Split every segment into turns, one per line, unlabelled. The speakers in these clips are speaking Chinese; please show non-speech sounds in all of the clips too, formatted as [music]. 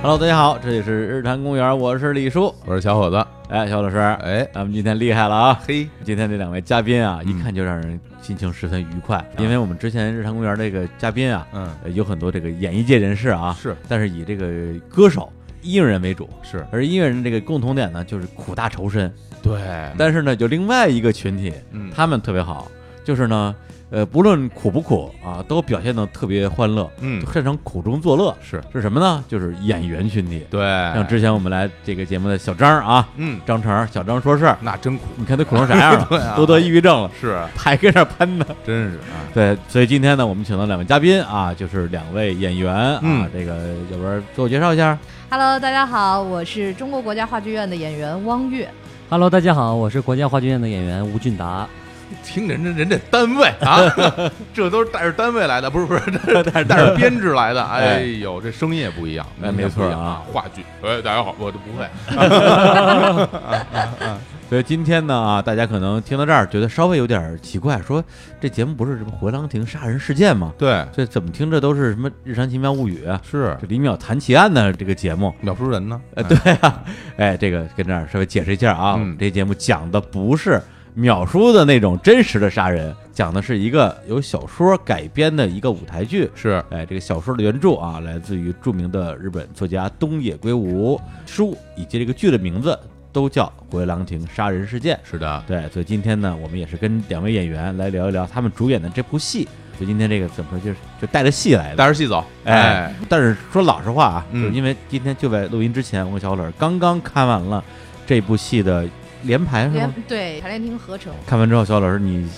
Hello，大家好，这里是日坛公园，我是李叔。
我是小伙子，
哎，小老师，
哎，
咱们今天厉害了啊！
嘿，嗯
今天这两位嘉宾啊，一看就让人心情十分愉快，
啊
因为我们之前日坛公园这个嘉宾啊，
嗯，
呃有很多这个演艺界人士啊，
是
但是以这个歌手、音乐人为主，
是，
而音乐人这个共同点呢，就是苦大仇深。
对，
但是呢，有另外一个群体，
嗯
他们特别好，就是呢，呃，不论苦不苦啊，都表现的特别欢乐，
嗯
就擅长苦中作乐。
是
是什么呢？就是演员群体。
对，
像之前我们来这个节目的小张啊，
嗯，
张成，小张说事儿，
那真苦，
你看他苦成啥样
[laughs] 对
了，
啊
都得抑郁症了，
是，啊
还跟那儿喷呢。
真是 [laughs] 啊，
对，所以今天呢，我们请到两位嘉宾啊，就是两位演员啊，
嗯
这个要不然自我介绍一下？
Hello，大家好，我是中国国家话剧院的演员汪月。
Hello，大家好，我是国家话剧院的演员吴俊达。
听着人家人家单位啊， [laughs] 这都是带着单位来的，不是不是， [laughs] 带着带着编制来的，
哎
[laughs] 哎呦，这声音也不一样，
哎
明显
没错
不一样
啊
啊，话剧，哎，大家好，我都不会，
所以今天呢啊，大家可能听到这儿觉得稍微有点奇怪，说这节目不是什么回廊亭杀人事件吗？
对，
这怎么听着都是什么《日常奇妙物语》啊
是
这李淼谈奇案呢？这个节目，
秒叔人呢，
呃，对啊， [laughs] 哎，这个跟这儿稍微解释一下啊，我
嗯
们这节目讲的不是淼叔的那种真实的杀人，讲的是一个由小说改编的一个舞台剧。
是，
哎，这个小说的原著啊，来自于著名的日本作家东野圭吾，书以及这个剧的名字都叫《回廊亭杀人事件》。
是的，
对，所以今天呢，我们也是跟两位演员来聊一聊他们主演的这部戏。所以今天这个怎么说，就是就带着戏来的。
带着戏走，
哎
哎，
但是说老实话啊，
嗯
就是因为今天就在录音之前，我跟小老师刚刚看完了这部戏的连排，是
连
吗？
对排练厅合成，
看完之后，小老师你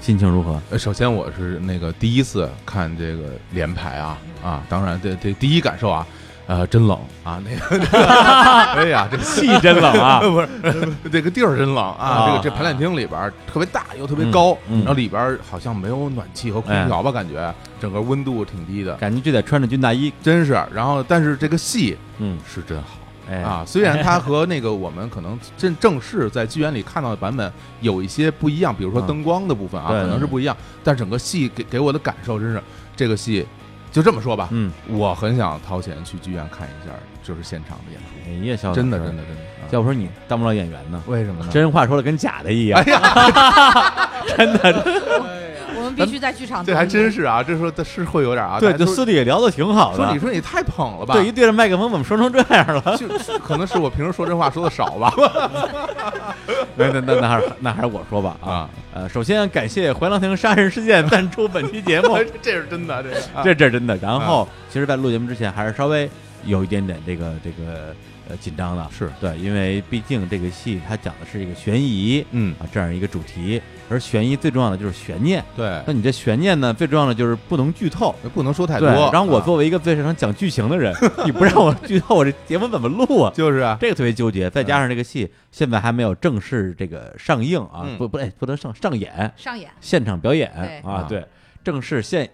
心情如何？
呃首先我是那个第一次看这个联排啊啊，当然这这第一感受啊，呃，真冷啊，那个， [laughs] 哎呀，这呃
戏真冷啊！
不是，这个地儿真冷啊！
啊
这个这排练厅里边儿特别大又特别高，
嗯嗯哎
然后里边儿好像没有暖气和空调吧，感觉整个温度挺低的，
[laughs] 感觉就得穿着军大衣，
真是。然后，但是这个戏
嗯，
是真好
哎，
啊！虽然它和那个我们可能正正式在剧院里看到的版本有一些不一样，比如说
嗯
灯光的部分啊，
对
可能是不一样，但整个戏给给我的感受真是这个戏。就这么说吧，
嗯，
我很想掏钱去剧院看一下，就是现场的演出，
哎呀，小老师
真的，真的，，真的。啊
要不说你当不了演员呢？
为什么呢？
真话说的跟假的一样
哎，呀，
我们必须在剧场。
这还真。是啊，这说的是会有点啊，
对，
大
就
家都
私底下聊的挺好
说
的
你。说你太捧了吧？
对，一对着麦克风，怎么说成这样了？
[laughs] 就可能是我平时说这话说的
[laughs]
少吧。
那那那那还是那还是我说吧啊
啊。
呃，首先感谢怀郎亭杀人事件赞助本期节 [laughs]
[laughs]
目，
这是真的，这是啊
这这是真的。然后，其实，在录节目之前，还是稍微有一点点这个这个呃紧张的，
是
对，因为毕竟这个戏它讲的是一个悬疑
嗯，
啊这样一个主题，而悬疑最重要的就是悬念。
对
那，你这悬念呢，最重要的就是不能剧透。
不能说太多
对，。然后我
啊
作为一个最擅长讲剧情的
[laughs]
人，你不让我剧透，我这节目怎么录啊？
就是啊，
这个特别纠结，再加上这个戏现在还没有正式这个上映啊，
嗯
不不哎，不能上上演，
上演，
现场表演
对
啊
啊，
对，正式现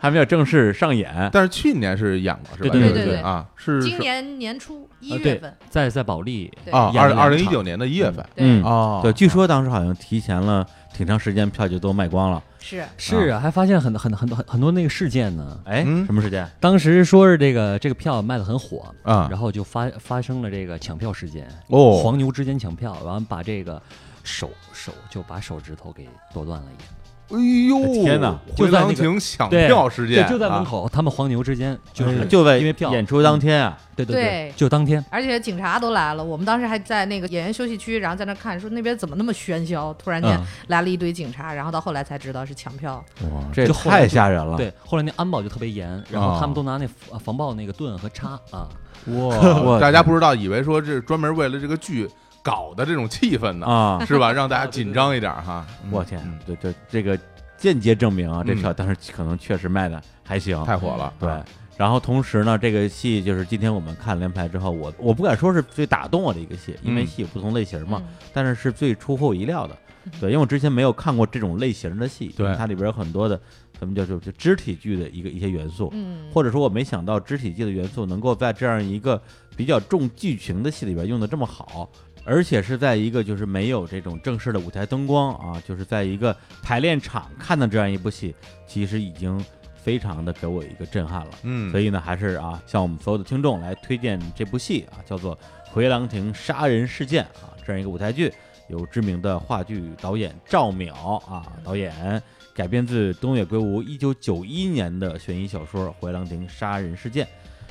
还没有正式上演，
但是去年是演过是
对
吧？
对
这个
对对
剧啊，是
今
是
年年初一
啊对
月份，
在在保利，
对
啊，
演
二
了两
二零一九
场
年的一月份
对
嗯
哦
对，据说当时好像提前了挺长时间，票就都卖光了，
是
是啊，还发现很很很很很多那个事件呢。
哎，
嗯
什么时间？
当时说是这个这个票卖的很火，
啊
然后就发发生了这个抢票事件，
哦
黄牛之间抢票，然后把这个手手就把手指头给剁断了一个，
哎呦
天哪
就
回
在那
廊
个
亭抢
对
票事件
对，就在门
啊
口，他们黄牛之间就是
哎就为
因为票嗯
演出当天啊，
对对
对
就当天
而且警察都来了，我们当时还在那个演员休息区，然后在那看，说那边怎么那么喧嚣？突然间
嗯
来了一堆警察，然后到后来才知道是抢票。
哇
这
就后来
太
就
吓人了。
对，后来那安保就特别严，然后
哦
他们都拿那防防爆那个盾和叉啊， [laughs]
我
哇 [laughs] 大家不知道，以为说这是专门为了这个剧搞的这种气氛呢，
啊，
是吧？让大家紧张一点哈。嗯
我天啊
嗯，
[laughs] 对对，这个间接证明啊，这
嗯
票当时可能确实卖的还行，
太火了，
对，然后同时呢，这个戏就是今天我们看连排之后，我我不敢说是最打动我的一个戏，因为
嗯
戏有不同类型嘛，
嗯
但是是最出乎我意料的。对，因为我之前没有看过这种类型的戏，
对
因为它里边有很多的咱们叫做就肢体剧的一个一些元素，
嗯，
或者说我没想到肢体剧的元素能够在这样一个比较重剧情的戏里边用的这么好。而且是在一个就是没有这种正式的舞台灯光啊，就是在一个排练场看的这样一部戏，其实已经非常的给我一个震撼了。
嗯，
所
以
以呢，还是啊，向我们所有的听众来推荐这部戏啊，叫做《回廊亭杀人事件》啊，这样一个舞台剧，由知名的话剧导演赵淼啊导演，改编自东野圭吾一九九一年的悬疑小说《回廊亭杀人事件》。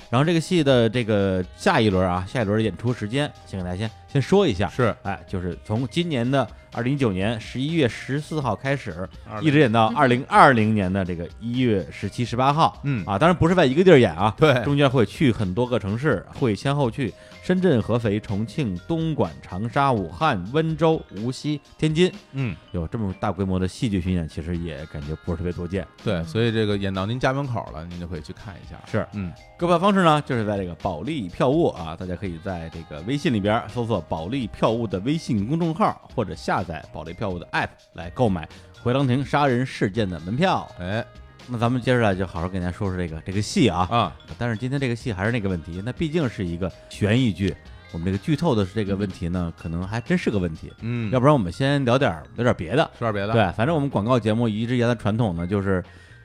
然后这个戏的这个下一轮啊，下一轮的演出时间，先给大家先先说一下，
是
哎，就是从今年的二零一九年十一月十四号开始，一直演到二零二零年的这个一月十七、十八号，
嗯
啊，当然不是在一个地儿演啊，
对
中间会去很多个城市，会先后去深圳、合肥、重庆、东莞、长沙、武汉、温州、无锡、天津，
嗯
有这么大规模的戏剧巡演，其实也感觉不是特别多见。
对，所以这个演到您家门口了，您就可以去看一下。
是
嗯，
购票方式呢，就是在这个保利票务啊，大家可以在这个微信里边搜索保利票务的微信公众号，或者下载保利票务的 app 来购买《回廊亭杀人事件》的门票。
哎
那咱们接下来就好好给大家说说这个这个戏啊。
啊，
但是今天这个戏还是那个问题，那毕竟是一个悬疑剧，我们这个剧透的这个问题呢，可能还真是个问题。
嗯，
要不然我们先聊点聊点别的，
说点别的。
对，反正我们广告节目一直以来的传统呢，就是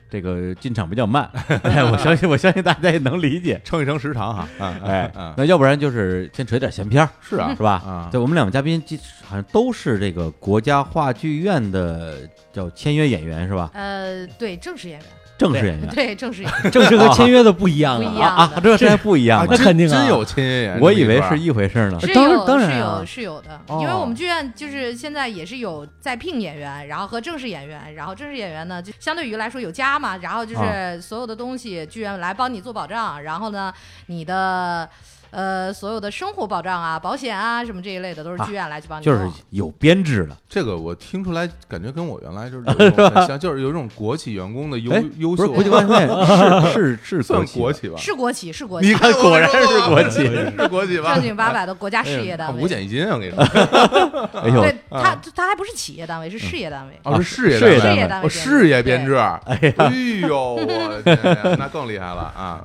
这个进场比较慢。 [laughs] 哎，我相信，我相信大家也能理解。
撑一撑时长哈，嗯
哎
嗯，
那要不然就是先扯点闲篇儿，
是啊
是吧？
啊，
对我们两个嘉宾，基好像都是这个国家话剧院的叫签约演员是吧？
呃，对，正式演员，
正式演员，啊
对，正式演员，
正式和签约的不一样
不一
啊
样。
啊啊，这这还不一样
啊
呢
这，
真
肯定啊
真有亲人，
我以为是一回事儿呢。
是
当然
有
当然
是
啊
有是有的，因为我们剧院就是现在也是有在聘演员，然后和正式演员，然后正式演员呢就相对于来说有家嘛，然后就是所有的东西剧院来帮你做保障，然后呢你的。呃，所有的生活保障啊、保险啊什么这一类的，都是
啊
剧院来去帮你
就
做。
是有编制的，
这个，我听出来感觉跟我原来
[laughs]
就是有一种很像，就是有一种国企员工的优
哎
优
不是
秀，
国际关系面 [laughs] 是是是
[laughs] 算
国
国
企
企吧？
是国企，是国企
你，看果
[laughs]
然是国企
是国企吧
[laughs] 正？经八百的国家事业
啊
单位。
五险一金啊，我跟
[laughs]
你说，
的，哎呦，
对他，他还不是企业单位，是事业单位。
啊
哦，是事业
事业
单
单
位
位
单位
哦，事业编制，哎
呀
呦，我天呀，那更厉害了啊！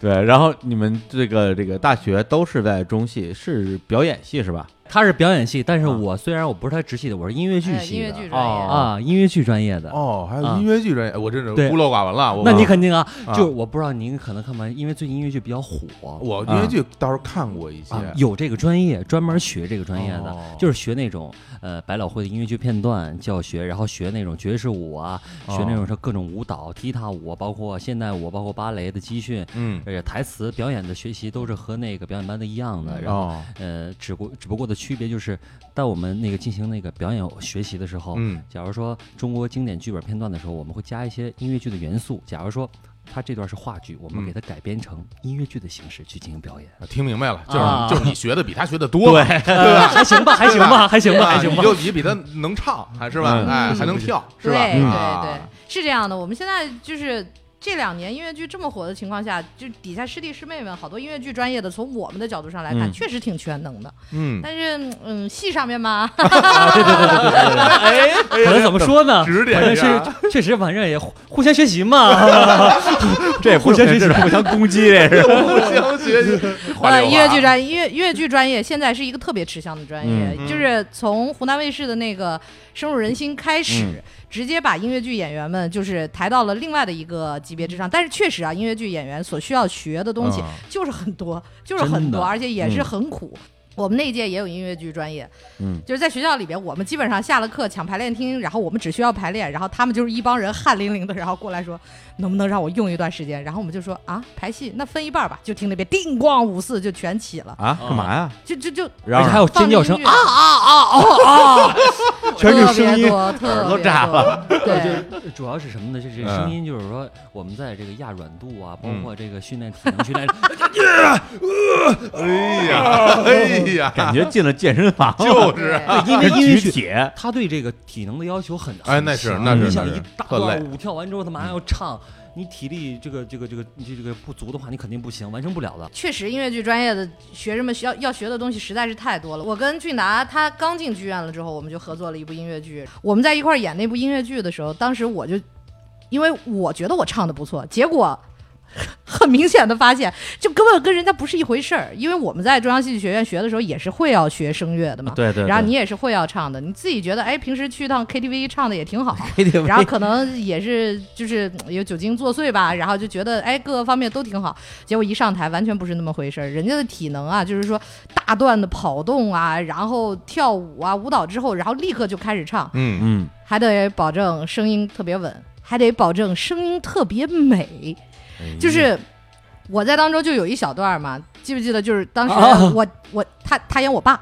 对，然后你们这个这个大学都是在中戏，是表演系是吧？
他是表演系，但是
啊
我虽然我不是他直系的，我是音乐剧
哎
系
音乐
的
剧专
哦
业。
啊，音乐剧专业的。
哦，还有
啊
音乐剧专业，哎我真是
对
孤陋寡闻了。我
那你肯定啊，
啊
就是我不知道您可能看不看，因为最近音乐剧比较火，
我音乐剧倒是看过一些
啊，有这个专业专门学这个专业的，
哦
就是学那种呃百老汇的音乐剧片段教学，然后学那种爵士舞啊，
哦
学那种是各种舞蹈、踢踏舞啊，包括现代舞，包括芭蕾的集训，
嗯，
而且台词表演的学习都是和那个表演班的一样的，然后。
哦，
呃，只不只不过的区别就是，当我们那个进行那个表演学习的时候，
嗯
假如说中国经典剧本片段的时候，我们会加一些音乐剧的元素。假如说它这段是话剧，我
嗯
们给它改编成音乐剧的形式去进行表演。
听明白了，就是、
啊
就是你学的比他学的多嘛，对 [laughs]
呃 [laughs] 还行吧，还行吧，
[laughs]
还
哎
行吧，还行
啊你
吧。
就你比他能唱，还是吧？
嗯
哎，还能跳，是
对
吧？
对
啊
对，是这样的。我们现在就是这两年音乐剧这么火的情况下，就底下师弟师妹们好多音乐剧专业的，从我们的角度上来看，
嗯
确实挺全能的。
嗯，
但是，嗯，戏上面嘛，
啊对对对对对对
哎，
对。可能怎么说呢？
指
[laughs]
点
反
一下
正是确实，反正也互互相学习嘛。
这
互相
这是互相攻击，这是
[laughs] 互相学
[laughs]
啊
习，花
呃，
里胡
音
哨
乐剧专音乐音乐剧专业现在是一个特别吃香的专业，
嗯
就是从湖南卫视的那个深入人心开始，
嗯
直接把音乐剧演员们就是抬到了另外的一个级别之上。但是确实啊，音乐剧演员所需要学的东西
嗯
就是很多，就是很
啊真
多，
的嗯
而且也是很苦。我们那一届也有音乐剧专业，
嗯，
就是在学校里边，我们基本上下了课抢排练厅，然后我们只需要排练，然后他们就是一帮人汗淋淋的，然后过来说能不能让我用一段时间，然后我们就说啊排戏那分一半吧，就听那边叮咣五四就全起了，
[laughs] 啊，干嘛呀？
就就就
然
而且还
后
有尖叫声
放着音
啊
乐
啊啊啊啊！
全是声音
特别多，
耳朵炸
了，对。
就是主要是什么呢？就是
嗯
声音，就是说我们在这个压软度啊，包括这个训练体能训练，
哎呀，哎呀，
[laughs] 感觉进了健身房，
就是
[laughs]
对
因为音乐
举
剧
铁，
他对这个体能的要求很
哎
很
那是
强
那
是
你想
那是
一大
特
段
累
舞跳完之后，他马上要唱，你体力这个这个这个这这个不足的话，你肯定不行，完成不了的。
确实，音乐剧专业的学生们需要要学的东西实在是太多了。我跟俊达他刚进剧院了之后，我们就合作了一部音乐剧。我们在一块儿演那部音乐剧的时候，当时我就因为我觉得我唱的不错，结果很明显的发现，就根本跟人家不是一回事儿。因为我们在中央戏剧学院学的时候也是会要学声乐的嘛，
啊对对，
然后你
也
也是会要唱的，你自己觉得哎，平时去一趟 KTV 唱的也挺好，然后可能也是就是嗯有酒精作祟吧，然后就觉得哎各个方面都挺好，结果一上台完全不是那么回事儿。人家的体能啊，就是说大段的跑动啊，然后跳舞啊，舞蹈之后，然后立刻就开始唱，
嗯，
嗯，
还得保证声音特别稳，还得保证声音特别美， [laughs]
嗯
哎
就是。我在当中就有一小段儿嘛，记不记得？就是当时
啊
我、我他他演我爸，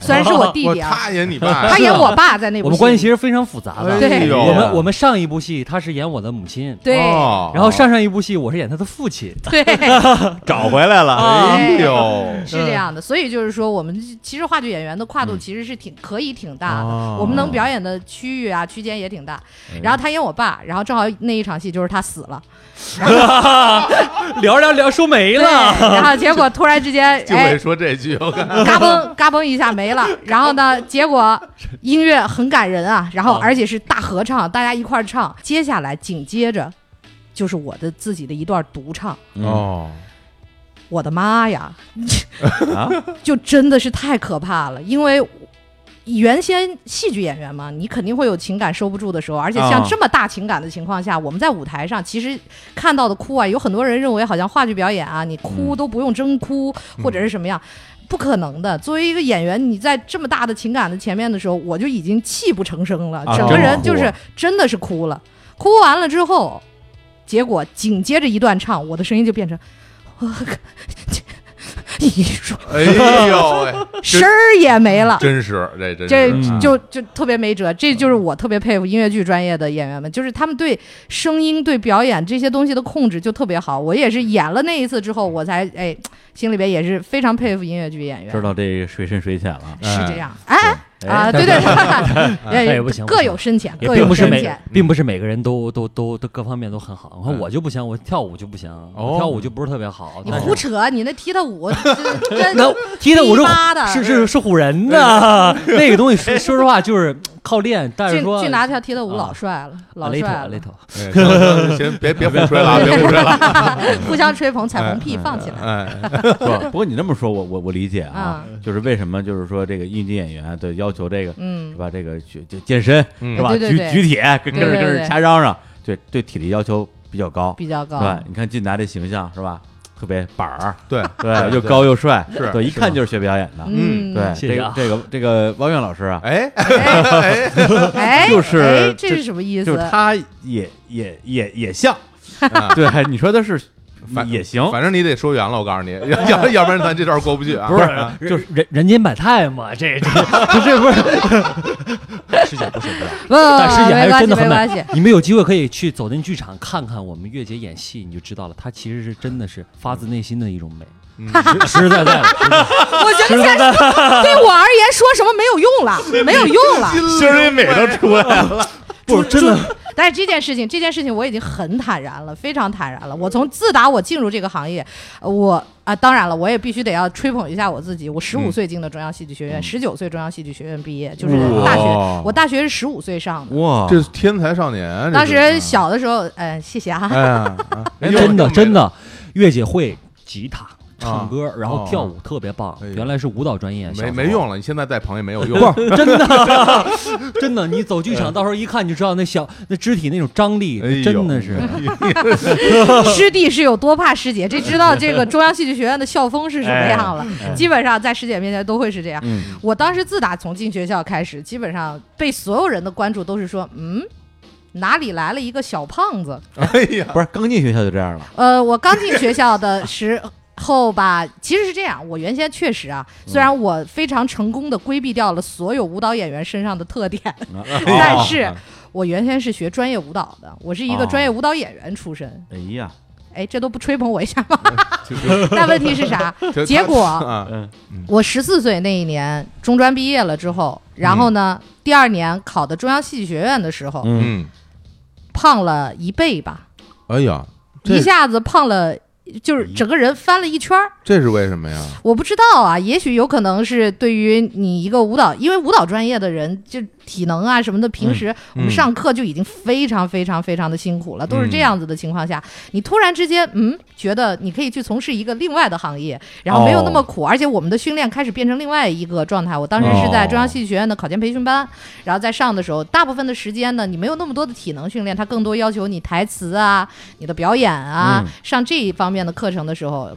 虽然是我弟
我
弟啊，
他演你爸，
他
是
演
啊
我爸在那部
我们关系其
戏
实非常复杂的。
对
哎呦
我们我们上一部戏他是演我的母亲，
对、
哦
然后上上一部戏我是演他的父亲， [laughs]
对，
找回来了，
哦
哎呦，
是这样的。所以就是说，我们其实话剧演员的跨度其实是挺、可以挺大的。
哦
哎我们能表演的区域啊，区间也挺大。
哎嗯
然后他演我爸，然后正好那一场戏就是他死了，
聊着聊着聊说没
对，
了，
然后结果突然之
[laughs]
间，
就
哎
会，说这句，我看
嘎嘣嘎嘣一下没了。然后呢，结果音乐很感人啊，然后
啊
而且是大合唱，大家一块儿唱。接下来紧接着就是我的自己的一段独唱，
哦
哦，
嗯我的妈呀！
啊，
就真的是太可怕了，因为原先戏剧演员嘛，你肯定会有情感收不住的时候，而且像
啊
这么大情感的情况下，我们在舞台上其实看到的哭啊，有很多人认为好像话剧表演啊，你哭
嗯
都不用真哭、或者是什么样。不可能的。作为一个演员，你在这么大的情感的前面的时候，我就已经泣不成声了，
啊
整个人
真的哭
就
啊
是真的是哭了。哭完了之后，结果紧接着一段唱，我的声音就变成，我 [laughs] 你说
哎呦喂，
声儿也没了。
真是这真
这
是
嗯
就就特别没辙，这就是我特别佩服音乐剧专业的演员们，就是他们对声音、对表演这些东西的控制就特别好。我也是演了那一次之后，我才哎，心里边也是非常佩服音乐剧演员
知，道这水深水浅了
是这样。哎
对
啊，对
[laughs]
对对，
哎不行不
各
行
有深浅，
也
各
并
有
不是
深
每
浅。
并不是每个人都都都都各方面都很好。你看
嗯
我就不行，我跳舞就不行，
哦
我跳舞就不是特别好。
你
但是
胡扯，你那踢踏
[laughs]
舞这真
嗯那踢的我
逼吧的
[laughs]
嗯
是是是是唬人的，那个东西说说实话就是靠练，但是说
俊俊达跳踢踏舞
啊
老帅了，老
累
帅
头
了
累，头，
哎行行行行，别别胡吹了
[laughs]
啊，别胡吹了，
互相吹捧，彩虹
嗯
屁
哎
放起来。
哎，
不，不过你这么说，我我我理解啊，
啊
就是为什么就是说这个应届演员对要求这个
嗯
是，吧？这个就就健身
嗯
是吧？
对对
举
对
举铁，跟跟着
对对
跟
对
着瞎嚷嚷，对对体力要求比较高，
比较高
是。吧？你看俊达这形象是吧？特别板儿，
对
对，又，高又帅，
是
对，一
是
看就是学表演的。
嗯
对，
谢
这
谢
个
啊
这个这个汪苑老师啊，
哎
哎哎，
就是
哎
这
这是什么意思？
就是他也也也也像，
啊
对，你说的是
反
也行，
反正你得说圆了，我告诉你，要要要不然咱这段过不去啊。
不是就是人人间百态嘛，这
[laughs]
这这这不
[laughs]
是师姐不是不是，
不不不
但师姐还
呃啊没关系
是真的
没
很
关
美
系。。
你们有机会可以去走进剧场看看我们月姐演戏，你就知道了，她其实是真的是发自内心的一种美，
嗯
实实在在的，实
[laughs]
在
我觉得现在对我而言说什么没有用
[laughs]
了，没有用了。
[laughs]
心里美都出来了。
不是真的
但是这件事情，这件事情我已经很坦然了，非常坦然了。我从自打我进入这个行业，呃我啊，当然了，我也必须得要吹捧一下我自己。我十五
嗯
岁进的中央戏剧学
嗯
院，十九岁中央戏剧学院毕业，就是
哇
大学。我大学是十五岁上的，
哇，
这是天才少年，这是啊
当时，小的时候，嗯，谢谢啊。
哎呀， [laughs] 啊哎呦
真的
又
真的，月姐会吉他、唱歌，然
哦
后跳舞特别棒
哎呦。
原来是舞蹈专业，
没
小时候
没。用了，你现在在旁也没有用，
不是 [laughs] 真的，真的，你走剧场到时候一看就知道那小那肢体那种张力
哎呦，，
真的是。哎
师弟是有多怕师姐，这知道这个中央戏剧学院的校风是什么样了。
哎
基本上在师姐面前都会是这样。
嗯，
我当时自打从进学校开始，基本上被所有人的关注都是说，嗯，哪里来了一个小胖子？
哎呀，
不是刚进学校就这样了，
呃，我刚进学校的时候吧，其实是这样，我原先确实啊，虽然我非常成功的规避掉了所有舞蹈演员身上的特点，
啊
[laughs] 但是我原先是学专业舞蹈的，我是一个专业舞蹈演员出身。
哎呀，
哎，这都不吹捧我一下吗？ [laughs]
就就
但问题是啥？
就
结果
啊，
嗯，
我十四岁那一年中专毕业了之后，然后呢，第二年考的中央戏剧学院的时候，
嗯，
嗯，
胖了一倍吧，
哎呀，这
一下子胖了，就是整个人翻了一圈儿。
这是为什么呀？
我不知道啊，也许有可能是对于你一个舞蹈，因为舞蹈专业的人就体能啊什么的，平时我们
嗯
上课就已经非常非常非常的辛苦了，都是
嗯
这样子的情况下，你突然之间，嗯，觉得你可以去从事一个另外的行业，然后没有那么
哦
苦，而且我们的训练开始变成另外一个状态。我当时是在
哦
中央戏剧学院的考前培训班，然后在上的时候，大部分的时间呢，你没有那么多的体能训练，它更多要求你台词啊、你的表演啊，
嗯
上这一方面的课程的时候，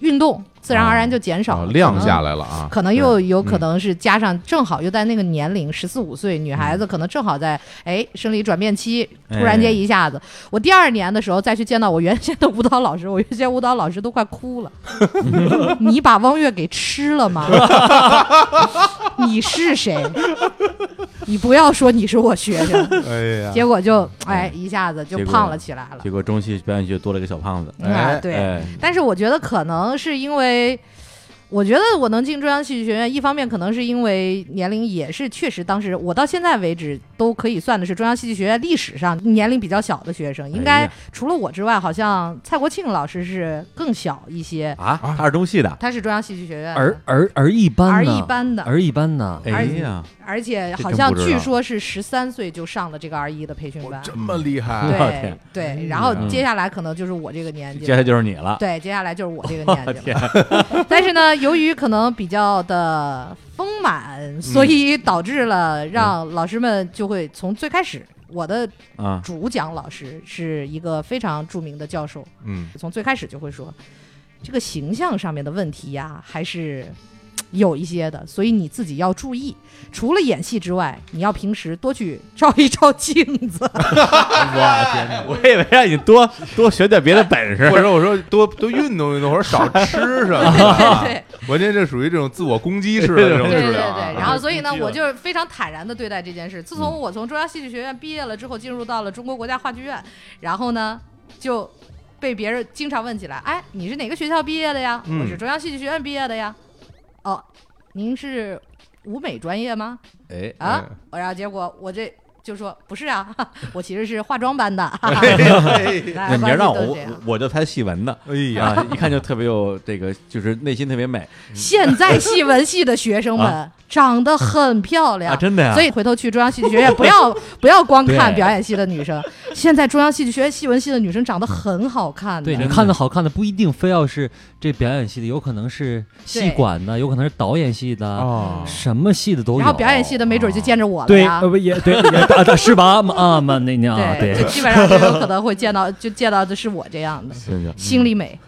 运动自然而然就减少了，
啊量
可能
下来了啊，
可能
对
又有可
嗯
能是加上正好又在那个年龄十四五岁，女孩
嗯
子可能正好在哎生理转变期，突然
哎
间一下子，我第二年的时候再去见到我原先的舞蹈老师，我原先舞蹈老师都快
[laughs]
哭了，你把汪月给吃了吗？你是谁？你不要说你是我学
[laughs]
生，
哎呀，
结果就
哎
哎一下子就
结果
胖了起来了
结。果中戏表演学多了个小胖子，
嗯啊
哎，
对，
哎，
但是我觉得可能是因为，我觉得我能进中央戏剧学院，一方面可能是因为年龄也是确实当时我到现在为止都可以算的是中央戏剧学院历史上年龄比较小的学生，应
哎
该
呀
除了我之外，好像蔡国庆老师是更小一些，
啊，他是中戏的，
他是中央戏剧学院的
而而而一般
而
呢，
一般的，
而一般呢，
哎呀，
而且
这
好
真
像
不知
据
道
说是十三岁就上了这个 R 一的培训
哇
班，
这么厉害，
我
对
天
对，然后
嗯
接下来可能就是我这个年纪
接下
了。
来就是你了，
对，接下来就是我这个年纪了。但是呢，由于可能比较的丰满，所以导致了让老师们就会从最开始。我的
啊，
主讲老师是一个非常著名的教授，
嗯，
从最开始就会说，这个形象上面的问题呀，还是有一些的，所以你自己要注意。除了演戏之外，你要平时多去照一照镜子。，
啊我 [laughs] 天，我以为让你多多学点别的本事
或，者我说多多运动运动，或者少吃什么的啊
对，
[laughs] 我这这属于这种自我攻击式的这种
对
治
对
疗
对
啊，
对，然后所以呢，
攻击
我
了
就是非常坦然的对待这件事。自
嗯
从我从中央戏剧学院毕业了之后，进入到了中国国家话剧院，然后呢，就被别人经常问起来：“哎，你是哪个学校毕业的呀？”
嗯
我是中央戏剧学院毕业的呀。哦，您是舞美专业吗？
哎，
啊，然后结果我这。就说不是啊， [laughs] 我其实是化妆班的。啊大
哎那
家
你要
关系
让
[laughs] 都
我
是这样。，
我就猜戏文的。
哎呀，
啊，一看就特别有这个，就是内心特别美
现在戏文系的学生们长得很漂亮
啊，，真的呀。
所以回头去中央戏剧学院，不要不要光看表演系的女生。现在中央戏剧学院戏文系的女生长得很好看的，
对你
真的
看的好看的不一定非要是这表演系的，有可能是戏
对
管的，有可能是导演系
啊
的，
哦
什么戏的都有。
然后表演系的没准就见着我了
对，
呀
呃。不也对也啊对是吧？啊嘛那那啊
对，就
对，
基本上就有可能会见到，就见到的是我这样的
行行
心理美、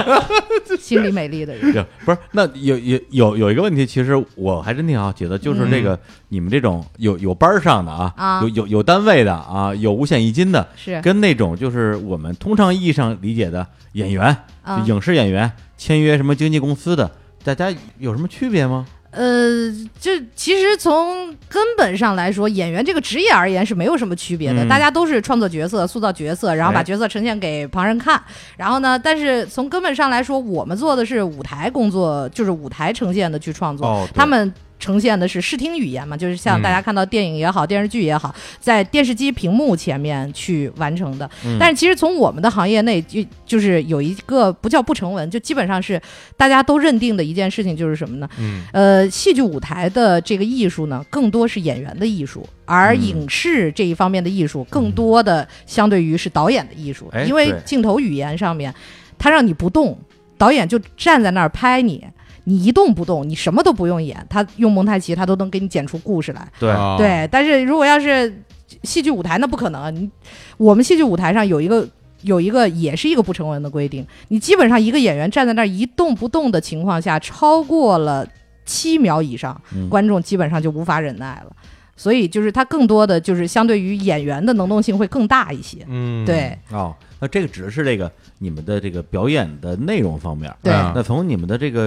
[laughs] 心理美丽的人。
行，不是那有有有有一个问题，其实我还真挺好奇的，就是这个你们这种有有班儿上的啊
嗯啊，
有有有单位的啊，有五险一金的，
是
跟那种就是我们通常意义上理解的演员、
啊
就影视演员签约什么经纪公司的，大家有什么区别吗？
呃，就其实从根本上来说，演员这个职业而言是没有什么区别的，
嗯
大家都是创作角色、塑造角色，然后把
哎
角色呈现给旁人看。然后呢，但是从根本上来说，我们做的是舞台工作，就是舞台呈现的去创作，
哦对
他们。呈现的是视听语言嘛，就是像
嗯
大家看到电影也好、电视剧也好，在电视机屏幕前面去完成的。
嗯
但是其实从我们的行业内，就就是有一个不叫不成文，就基本上是大家都认定的一件事情，就是什么呢？
嗯，
呃，戏剧舞台的这个艺术呢，更多是演员的艺术，而
嗯
影视这一方面的艺术，更多的相对于是导演的艺术，
哎
因为
对
镜头语言上面，它让你不动，导演就站在那儿拍你。你一动不动，你什么都不用演，他用蒙太奇，他都能给你剪出故事来。
对
哦，
啊
对，但是如果要是戏剧舞台，那不可能。你我们戏剧舞台上有一个有一个也是一个不成文的规定，你基本上一个演员站在那儿一动不动的情况下，超过了七秒以上，
嗯
观众基本上就无法忍耐了。所以就是它更多的就是相对于演员的能动性会更大一些。
嗯，
对，
哦，那这个只是这个你们的这个表演的内容方面，
对
啊
那从你们的这个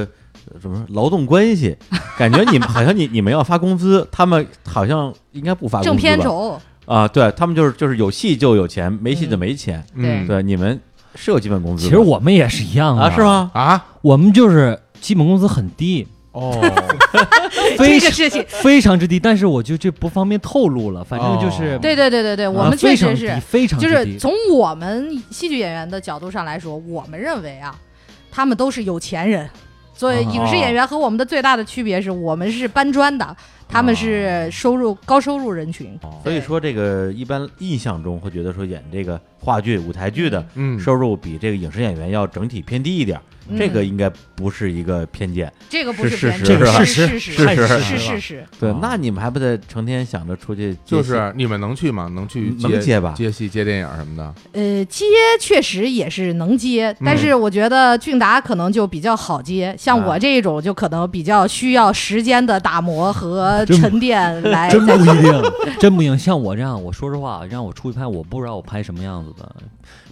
呃怎么说劳动关系，感觉你们 [laughs] 好像你你们要发工资，他们好像应该不发工资
正片
吧
酬，
啊，对他们就是就是有戏就有钱，没戏就没钱。
嗯
对，你们是有基本工资
其
的，
实我们也是一样的
啊是？吗？
啊，
我们就是基本工资很低，
哦，
非
这个事情，
非常之低，但是我就这不方便透露了，反正就是
哦
对对对对对，我
啊
们确
非常
实
低
是。
非常
就
之
是
低。
从我们戏剧演员的角度上来说，我们认为啊，他们都是有钱人，所以
哦
影视演员和我们的最大的区别是我们是搬砖的，他们是
嗯
收入高收入人群。
所以说，这个一般印象中会觉得说演这个话剧、舞台剧的
[laughs] 嗯
收入比这个影视演员要整体偏低一点儿，
嗯
这个应该不是一个偏见。
这个不
是
偏
事
见，
实
是吧
是事
是
事
实，
实
是
是吧
事实。
对
哦，
那你们还不得成天想着出去接戏？
就是你们能去吗？能
嗯
去
能
接
接吧
接戏、接电影什么的？
呃，接确实也是能接，
嗯
但是我觉得俊达可能就比较好接，
啊
像我这种就可能比较需要时间的打磨和
真
沉淀来。
真不一 [laughs] 定，真不一定。像我这样，我说实话，让我出去拍，我不知道我拍什么样子的，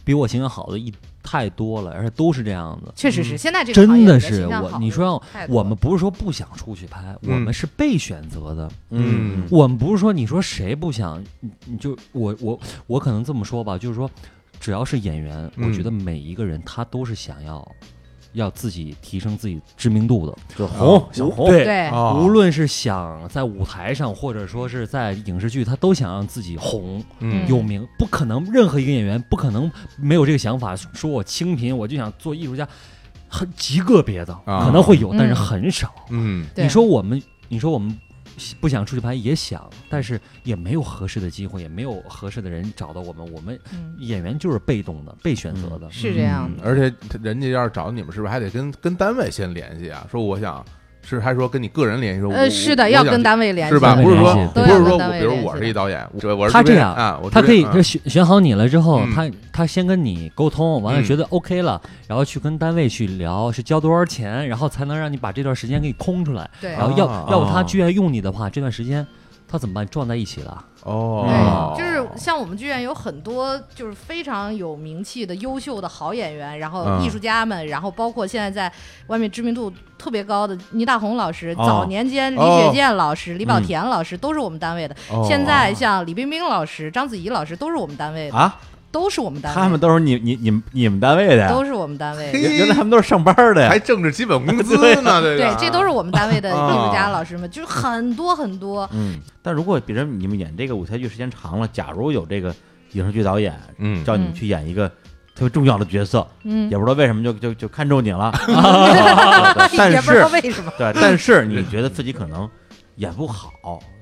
比我形象好的一太多了，而且都是这样子。
确实是，现在这个行
嗯真
业
的
形
是
象
我
好，
你说让
太多
我们不是说不想出去拍，我
嗯
们是被选择的。
嗯，
我们不是说你说谁不想，你你就我我我可能这么说吧，就是说，只要是演员，
嗯
我觉得每一个人他都是想要要自己提升自己知名度的，
哦
就红
啊
想红，
对
对，
哦
无论是想在舞台上，或者说是在影视剧，他都想让自己红、
嗯
有名。不可能，任何一个演员不可能没有这个想法，说我清贫，我就想做艺术家，很极个别的
啊
可能会有，
嗯
但是很少。
嗯
对
你说我们，你说我们不想出去拍也想，但是也没有合适的机会，也没有合适的人找到我们。我们
嗯
演员就是被动的，被选择的。
是这样的。
而且人家要是找你们，是不是还得跟跟单位先联系啊？说我想是还说跟你个人联系？嗯说我
呃，是的，
我
要
我想
跟单位联系，
是吧？
单位
不是说
联系
不
对
是
都
说
要跟单
我，
位
比如
联系
我是一导演，我我是
他
制片
这
人
样
啊，我
他
制
可以
片
这选选好你了之后，
嗯
他他先跟你沟通，完了
嗯
觉得 OK 了，然后去跟单位去聊是交多少钱，然后才能让你把这段时间给你空出来。
对
然后要、
啊
要不他居然用你的话，这段时间他怎么办？撞在一起了。
哦，
对，就是像我们剧院有很多就是非常有名气的优秀的好演员，然后
嗯
艺术家们，然后包括现在在外面知名度特别高的倪大红老师，
哦
早年间李
哦
雪健老师、李保
嗯
田老师都是我们单位的，
哦
现在像李冰冰老师、章子怡老师都是我们单位的，
啊，
都是我们单位的，
他们都是你你你们你们单位的呀
都？是我们单位的。
嘿
原原来他们都是上班的
还
呀？
挣着基本工资呢，这
[laughs] 对
个，
这都是我们单
[laughs]
位的艺术
啊
家老师们，就是很多很多。
嗯，但如果比如你们演这个舞台剧时间长了，假如有这个影视剧导演
嗯
叫你们去演一个特别重要的角色，
嗯
也，不知道为什么就就就看中你
[laughs]
了， [laughs] 但
也不知
是
道为什么。
对，但是你觉得自己可能演不好，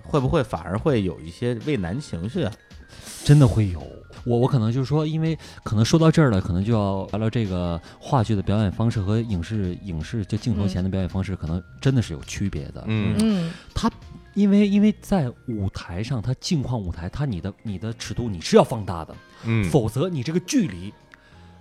会不会反而会有一些畏难情绪啊？
真的会有。我我可能就是说，因为可能说到这儿了，可能就要聊聊这个话剧的表演方式和影视影视就镜头前的表演方式，可能真的是有区别的。
嗯
嗯，
因为因为在舞台上，它镜框舞台，它你的你的尺度你是要放大的，
嗯，
否则你这个距离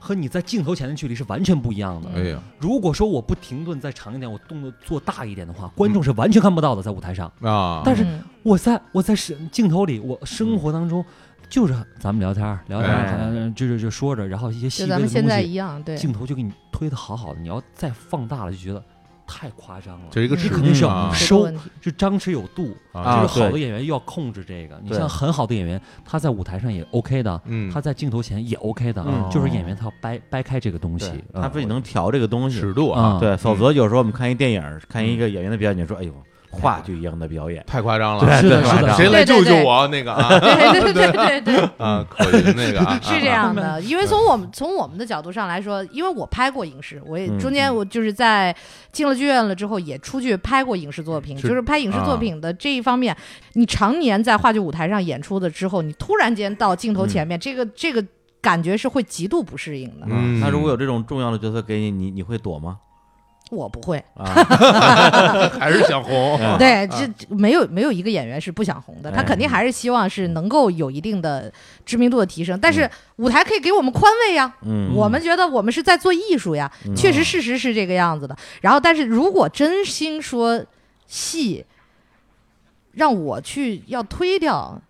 和你在镜头前的距离是完全不一样的。
哎呀
如果说我不停顿再长一点，我动作做大一点的话，观众是完全看不到的，在舞台上。
啊，
但是
嗯
我在我在是镜头里，我生活当中就是咱们聊天儿聊天儿，
哎
好像就就就说着，然后一些细
就
微的
咱们
东
现在
西，
一样，对，
镜头就给你推的好好的，你要再放大了就觉得太夸张了。
这一个
嗯
尺
你
度
肯定是
啊
要
尺度
收
问
[laughs]
题，
就张弛有度。
啊
就是好的
对
演员又要控制这个。你
对
像很好的演员，他在舞台上也 OK 的，
嗯，
他在镜头前也 OK 的，
嗯
就是演员他要掰掰开这个东西
对，
嗯
他自己能调这个东西
尺。度啊
啊，
对，否则有时候我们看一电影，看一个演员的表演，你说哎呦，话剧一样的表演，
太夸张了，
对
是的
太夸张了
是的
谁来
对
救救
对对
我那个啊
对对对对对，
[laughs]
[laughs] 啊，可云那
[laughs]
个啊，
是这样的，因为从我们从我们的角度上来说，因为我拍过影视，我也
嗯
中间我就是在进了剧院了之后，也出去拍过影视作品，
是
就是拍影视
啊
作品的这一方面，你常年在话剧舞台上演出的之后，你突然间到镜头
嗯
前面，这个这个感觉是会极度不适应的。
嗯
啊那如果有这种重要的角色给你，你你会躲吗？
我不会，
啊，
啊还是想 [laughs] 红，
[laughs]
对，这这没有没有一个演员是不想红的，他
嗯哎
肯定还是希望是能够有一定的知名度的提升，但是舞台可以给我们宽慰呀，
[laughs] 嗯，
我们觉得我们是在做艺术呀，
嗯
确实事实是这个样子的。然后，但是如果真心说戏让我去要推掉，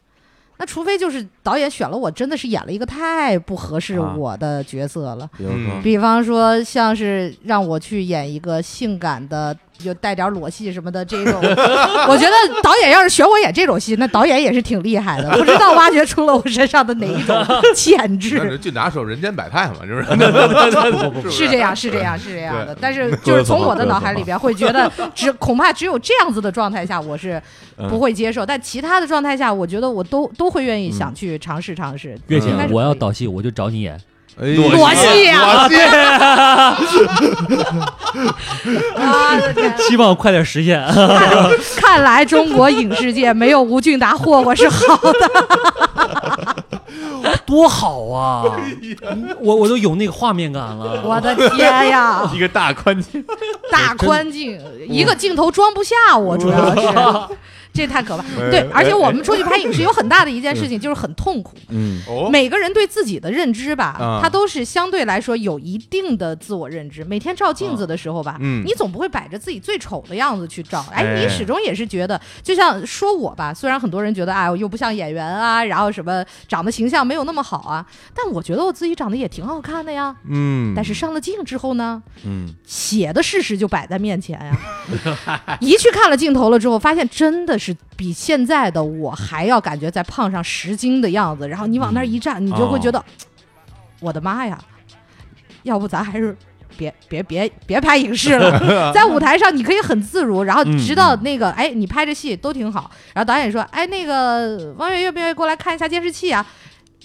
那除非就是导演选了我，真的是演了一个太不合适
啊
我的角色了。
比如说
嗯
比方说，像是让我去演一个性感的，有带点裸戏什么的这种， [laughs] 我觉得导演要是选我演这种戏，那导演也是挺厉害的，不知道挖掘出了我身上的哪一种潜质。
[laughs] 那是俊达手人间百态嘛，
[laughs]
就是 [laughs] 不
是这样，是这样，是这样的。但是
各
就
位
是从
同
我
好
的
各位
脑
同
海
好
里边会觉得只， [laughs] 恐怕只有这样子的状态下，我是不会接受。但其他的状态下，我觉得我都都会愿意想去尝试尝试。
月
应该
姐，
是
嗯我
可
要
以 [laughs]
哎
导戏，我就找你演。
哎呀
裸戏啊
裸戏，
我的天！
希望快点实现。
[laughs] 啊看来中国影视界没有吴俊达霍霍是好的。
多好啊！ [laughs] 我我都有那个画面感了。
[laughs]
我的天
哎
呀，
一个大宽镜，
大宽镜，一
嗯
个镜头装不下我，主要
[laughs]
是。这太可怕，
哎
对，而且我们出去拍影视有很大的一件事情，就是很痛苦。
嗯，
嗯哦，
每个人对自己的认知吧
啊，
他都是相对来说有一定的自我认知。每天照镜子的时候吧，
嗯
你总不会摆着自己最丑的样子去照。哎，
哎
你始终也是觉得，就像说我吧，虽然很多人觉得，哎，我又不像演员啊，然后什么长得形象没有那么好啊，但我觉得我自己长得也挺好看的呀。
嗯，
但是上了镜之后呢，
嗯，
写的事实就摆在面前呀、 [laughs] 一去看了镜头了之后，发现真的是比现在的我还要感觉再胖上十斤的样子。然后你往那儿一站，你就会觉得，我的妈呀！要不咱还是别别别别拍影视了，在舞台上你可以很自如，然后直到那个、哎，你拍着戏都挺好，然后导演说，哎，那个王源愿不愿意过来看一下监视器啊？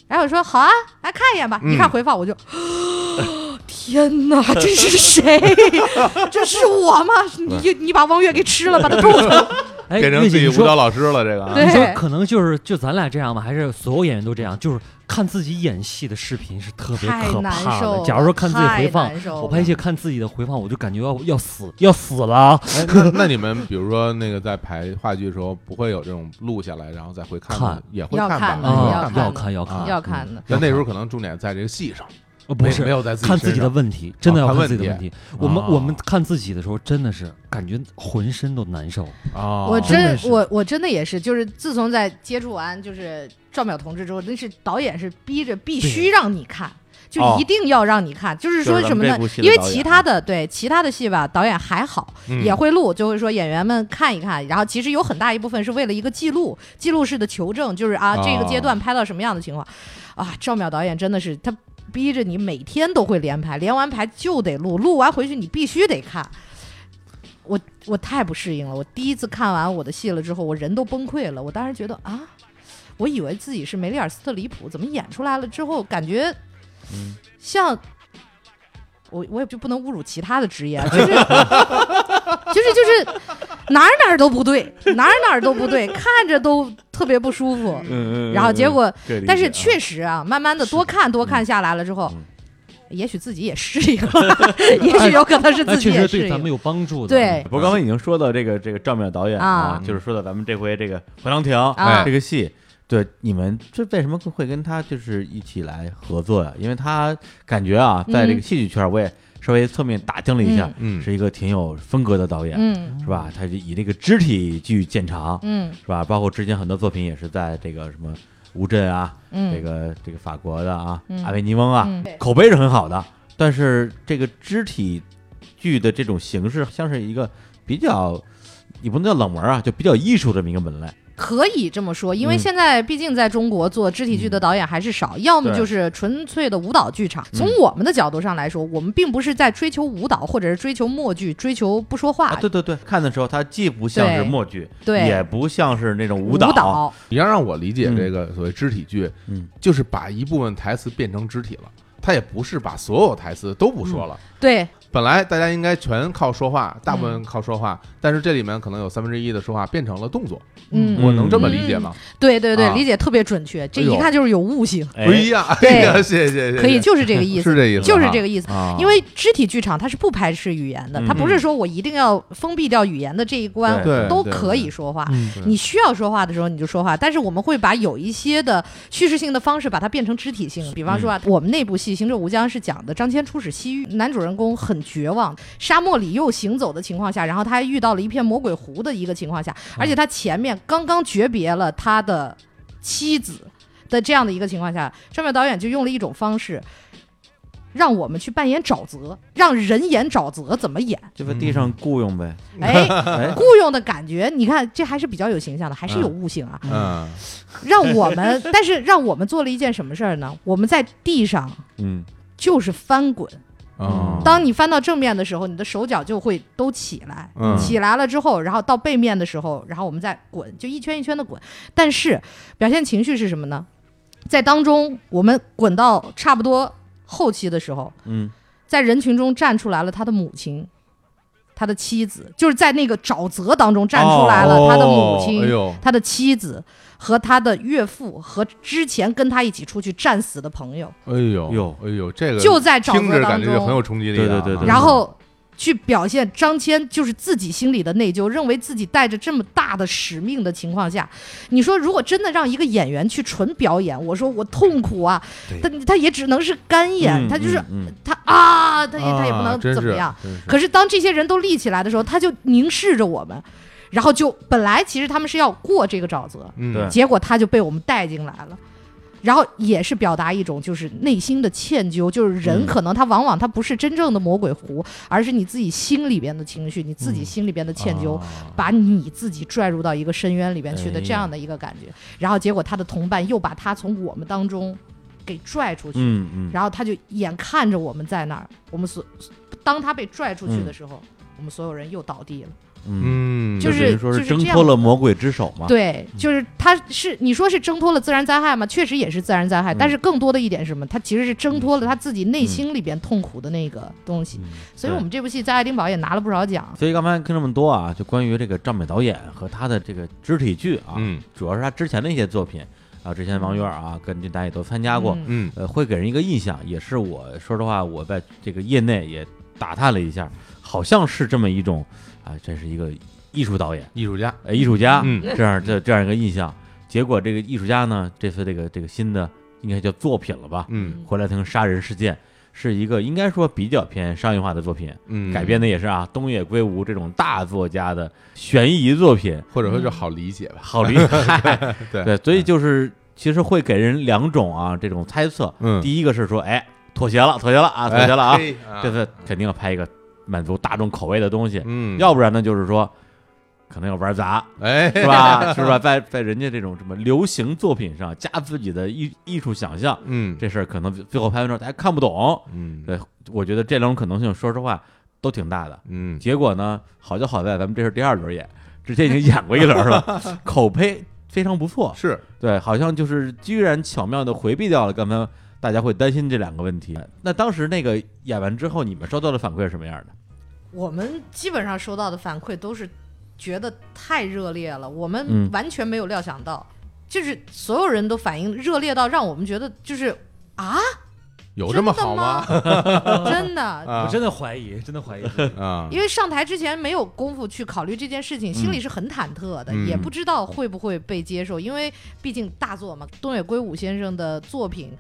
然后我说好啊，来看一眼吧。一看
嗯
回放，我就。 [gasps] 天哪，这是谁？
[laughs]
这是我吗？你你把王月给吃了，把他肚子。
哎，
变成
月
自
姐，
己
你
舞蹈
说
老师了，这个啊
对
你说可能就是就咱俩这样吧，还是所有演员都这样？就是看自己演戏的视频是特别
太
可
难
怕
受
的。
了
假如说看自己回放
太难受，了
我拍一些看自己的回放，我就感觉要要死要死了。
哎那那你们比如说那个在排话剧的时候，不会有这种录下来然后再回看吗
看
也会
要
看
啊
看哦
吧？
的嗯要
会
看
吧
要看要看
啊
[laughs] 要看的
但那时候可能重点在这个戏上，
呃
没
不是
没有在自己
看自己
身
的
上
问题，真的
啊
要
看
看自己的
问
问
题
题。我们
啊
我们看自己的时候，真的是感觉浑身都难受。
啊
哦
我
真
真
的是
我我真的也是，就是自从在接触完就是赵淼同志之后，那是导演是逼着必须让你看。就
哦
一定要让你看，就是说
就是咱们
什么呢
这部戏？的
因为
导演啊
其他的对其他的戏吧，导演还好，
嗯
也会录，就会说演员们看一看。然后其实有很大一部分是为了一个记录，记录式的求证，就是啊
哦
这个阶段拍到什么样的情况。啊，赵淼导演真的是他逼着你每天都会连排，连完排就得录，录完回去你必须得看。我我太不适应了，我第一次看完我的戏了之后，我人都崩溃了。我当时觉得啊，我以为自己是梅丽尔·斯特里普，怎么演出来了之后感觉
嗯
像。我我也就不能侮辱其他的职业啊，就是 [laughs] 就是就是哪儿哪儿都不对，哪儿哪儿都不对，看着都特别不舒服。
嗯
然后结果
对，
但是确实啊，慢慢的多看多看下来了之后
嗯，
也许自己也适应了， [laughs] 也许有可能是
那
自己
哎确
也
实
适
对咱们
应。
有帮助的。
对，
不过刚才已经说到这个这个赵淼导演
啊
就是说到咱们这回这个《回廊亭》
啊
这个戏，对你们这为什么会跟他就是一起来合作呀？因为他感觉啊，在这个
嗯
戏剧圈，我也稍微侧面打听了一下，
嗯
是一个挺有风格的导演，
嗯
是吧？他就以这个肢体剧见长，
嗯
是吧？包括之前很多作品也是在这个什么乌镇啊，
嗯，
这个这个法国的啊，
嗯
阿维尼翁啊，
嗯对
口碑是很好的，但是这个肢体剧的这种形式，像是一个比较，也不能叫冷门啊，就比较艺术这么一个门类。
可以这么说，因为
嗯
现在毕竟在中国做肢体剧的导演还是少，要么
对
就是纯粹的舞蹈剧场。从我们的角度上来说，我们并不是在追求舞蹈，或者是追求默剧，追求不说话
啊，，对对对，看的时候它既不像是
对
默剧，
对
也不像是那种
舞
蹈，哎
蹈
你要让我理解
嗯
这个所谓肢体剧，
嗯，
就是把一部分台词变成肢体了，他也不是把所有台词都不说了。
对
本来大家应该全靠说
嗯
话，大部分靠说话，但是这里面可能有三分之一的说话变成了动作，
嗯
我能这么理解吗？
对对对，
啊
理解特别准确，这
哎呦
一看就是有悟性，
哎
哎呀， [laughs] 哎呀，谢谢谢谢，
嗯可以就是这个意
是
思，
这意思，
就是这个意思。
啊，
因为肢体剧场它是不排斥语言的，
嗯
它不是说我一定要封闭掉语言的这一关，
对
都
对
可以说话。
嗯，
对
你需要说话的时候你就说话，但是我们会把有一些的叙事性的方式把它变成肢体性。比方说
嗯
啊，我们那部戏《行者无疆》是讲的张骞出使西域，男主人公很绝望，沙漠里又行走的情况下，然后他还遇到了一片魔鬼湖的一个情况
嗯
下，而且他前面刚刚诀别了他的妻子的这样的一个情况下，上面导演就用了一种方式。让我们去扮演沼泽，让人演沼泽怎么演？
就在地上雇佣呗。
[laughs]
哎，
哎，
雇佣的感觉，你看这还是比较有形象的，还是有悟性啊。
嗯，
让我们，但是让我们做了一件什么事儿呢？我们在地上
嗯，
就是翻滚。
哦
嗯当你翻到正面的时候，你的手脚就会都起来，
嗯
起来了之后，然后到背面的时候，然后我们再滚，就一圈一圈的滚。但是表现情绪是什么呢？在当中，我们滚到差不多后期的时候， [laughs]
嗯，
在人群中站出来了他的母亲，他的妻子，就是在那个沼泽当中站出来了，他的母亲、
哎呦，
他的妻子和他的岳父和之前跟他一起出去战死的朋友，
哎呦，
哟
哎呦，这个
就在沼
听
泽
着
当
感觉就很
中，
有冲击力的啊，
对对对对
然后。去表现张骞就是自己心里的内疚，认为自己带着这么大的使命的情况下，你说如果真的让一个演员去纯表演，我说我痛苦啊，他他也只能是干演，
嗯
他就是、
嗯嗯
他啊，他也他也不
啊
能
真
怎么
是
样，
真是
可是当这些人都立起来的时候，他就凝视着我们，然后就本来其实他们是要过这个沼泽，
嗯
对
结果他就被我们带进来了。然后也是表达一种就是内心的歉疚，就是人
嗯
可能他往往他不是真正的魔鬼湖，而是你自己心里边的情绪，你自己心里边的歉
哦
嗯
疚，
啊
把你自己拽入到一个深渊里边去的
哎呀
这样的一个感觉。然后结果他的同伴又把他从我们当中给拽出去，
嗯嗯，
然后他就眼看着我们在那儿，我们所当他被拽出去的时候，我们所有人又倒地了。
嗯，
嗯，
就是
等于说
就是这
挣
样
脱了魔鬼之手嘛，
对，就是他是你说是挣脱了自然灾害吗？确实也是自然灾害，
嗯
但是更多的一点是什么？他其实是挣脱了他自己内心里边痛苦的那个东西。
嗯
所以
对
我们这部戏在爱丁堡也拿了不少奖。
所以刚才听这么多啊，就关于这个赵美导演和他的这个肢体剧啊，
嗯
主要是他之前的一些作品啊，之前王源啊跟这大家也都参加过，
嗯
嗯
呃，会给人一个印象，也是我说实话，我在这个业内也打探了一下，好像是这么一种啊，这是一个艺术导演，
艺术家，
呃，艺术家，
嗯
这样这这样一个印象。结果这个艺术家呢，这次这个这个新的应该叫作品了吧，
嗯
回来听杀人事件。是一个应该说比较偏商业化的作品，
嗯，
改编的也是啊，东野圭吾这种大作家的悬疑作品，
或者说就好理解吧，
好理解。
[laughs] 对嗯
对，所以就是其实会给人两种啊这种猜测。
嗯，
第一个是说，哎，妥协了，妥协了啊，妥协了啊，
哎，
这次肯定要拍一个满足大众口味的东西，
嗯，
要不然呢就是说可能要玩砸，
哎，
是
[laughs]
吧？ [laughs] 是吧？在在人家这种什么流行作品上加自己的艺艺术想象，
嗯，
这事儿可能最后拍完之后大家看不懂。
嗯
对，我觉得这两种可能性，说实话都挺大的。
嗯，
结果呢，好就好在咱们这是第二轮演，之前已经演过一轮 [laughs] 了，口碑非常不错。
是
对，好像就是居然巧妙的回避掉了刚才大家会担心这两个问题。那当时那个演完之后，你们收到的反馈是什么样的？
我们基本上收到的反馈都是觉得太热烈了，我
嗯
们完全没有料想到，就是所有人都反应热烈到让我们觉得就是啊，
有
真
这
的
么好
吗？ [laughs]
[laughs]
真的，
啊
我真的怀疑，真的怀疑。
啊，
因为上台之前没有功夫去考虑这件事情，心里是很忐忑的，
嗯
也不知道会不会被接受，因为毕竟大作嘛，东野圭吾先生的作品。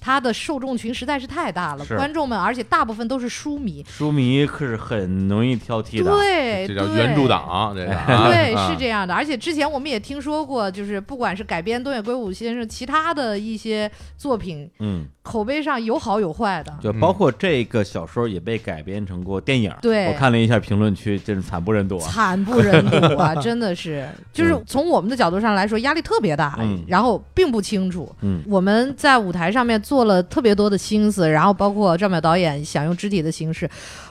他的受众群实在是太大了，
是
观众们，而且大部分都是书迷，
书迷可是很容易挑剔的，
对，
这叫
对
原著党，这
[laughs]
个啊
对，
啊
是这样的。而且之前我们也听说过，就是不管是改编东野圭吾先生其他的一些作品，
嗯，
口碑上有好有坏的。
就包括这个小说也被改编成过电影。
对
我看了一下评论区，真是惨不忍睹啊。
惨不忍睹啊！真
[laughs]
的是，就是
嗯
从我们的角度上来说，压力特别大，
嗯
然后并不清楚。
嗯
我们在舞台上面做了特别多的心思，然后包括赵淼导演想用肢体的形式，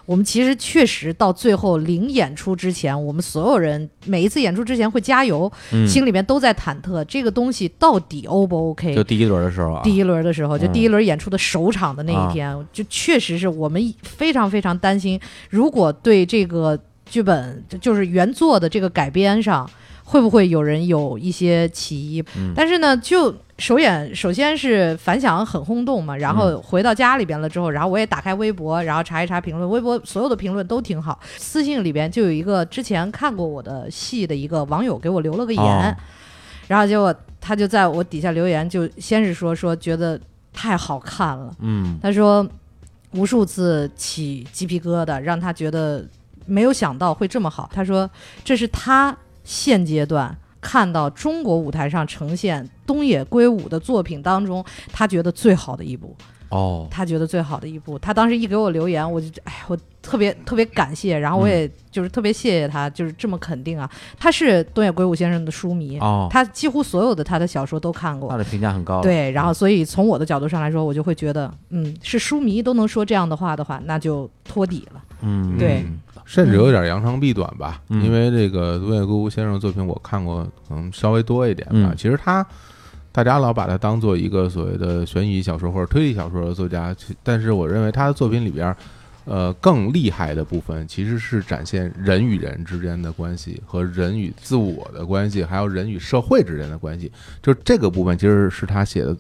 我们其实确实到最后临演出之前，我们所有人每一次演出之前会加油，
嗯，
心里面都在忐忑这个东西到底 O 不 OK。
就第一轮的时候啊，
第一轮的时候，就
嗯啊
第一轮演出的首场的那一天，就确实是我们非常非常担心，如果对这个剧本就就是原作的这个改编上，会不会有人有一些歧义？
嗯
但是呢，就首演首先是反响很轰动
嗯
嘛，然后回到家里边了之后，然后我也打开微博，然后查一查评论，微博所有的评论都挺好。私信里边就有一个之前看过我的戏的一个网友给我留了个言，
哦
然后结果他就在我底下留言，就先是说说觉得太好看了，
嗯
他说无数次起鸡皮疙瘩，让他觉得没有想到会这么好。他说这是他现阶段看到中国舞台上呈现东野圭吾的作品当中，他觉得最好的一部。
哦，
他觉得最好的一部。他当时一给我留言，我就哎，我特别特别感谢，然后我
嗯
也就是特别谢谢他，就是这么肯定啊。他是东野圭吾先生的书迷，
哦
他几乎所有的他的小说都看过
他。的评价很高了。嗯
对，然后所以从我的角度上来说，我就会觉得，嗯，是书迷都能说这样的话的话，那就托底了。
嗯，
对
嗯甚至有点扬长避短吧，
嗯
因为这个东野圭吾先生的作品我看过，可能稍微多一点吧。
嗯
其实他，大家老把他当做一个所谓的悬疑小说或者推理小说的作家，其但是我认为他的作品里边，呃，更厉害的部分其实是展现人与人之间的关系和人与自我的关系，还有人与社会之间的关系。就这个部分，其实是他写的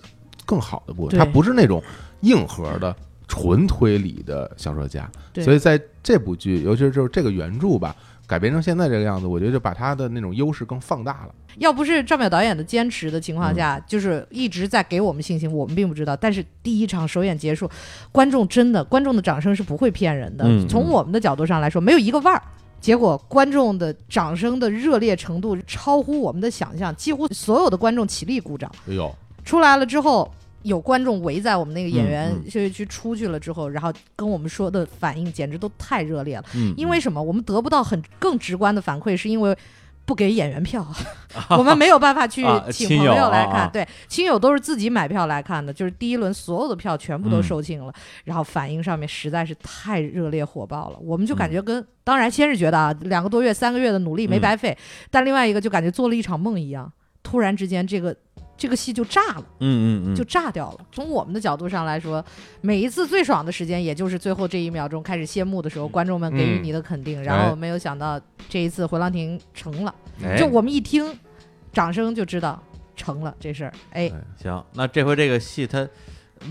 更好的部分。
对
他不是那种硬核的纯推理的小说家，
对
所以在这部剧，尤其是就是这个原著吧，改编成现在这个样子，我觉得就把他的那种优势更放大了。
要不是赵淼导演的坚持的情况
嗯
下，就是一直在给我们信心，我们并不知道。但是第一场首演结束，观众真的观众的掌声是不会骗人的。
嗯
从我们的角度上来说，没有一个腕儿。结果观众的掌声的热烈程度超乎我们的想象，几乎所有的观众起立鼓掌。
哎呦，
出来了之后，有观众围在我们那个演员
嗯
休息区出去了之后，然后跟我们说的反应简直都太热烈了。
嗯，
因为什么？我们得不到很更直观的反馈，是因为不给演
[laughs]
员票，我们没有办法去
啊
请
亲
朋
友
友来
啊
看。
啊
对，亲友都是自己买票来看的，就是第一轮所有的票全
嗯
部都售罄了，然后反应上面实在是太热烈火爆了，我们就感
嗯
觉跟、当然先是觉得啊，两个多月、三个月的努力没白费，但另外一个就感觉做了一场梦一样，突然之间这个。这个戏就炸了，
嗯嗯嗯，
就炸掉了。从我们的角度上来说，每一次最爽的时间，也就是最后这一秒钟开始谢幕的时候，观众们给予
嗯
你的肯定。然后没有想到这一次回廊亭成了，
哎
嗯就我们一听掌声就知道成了这事儿。哎，
行。那这回这个戏它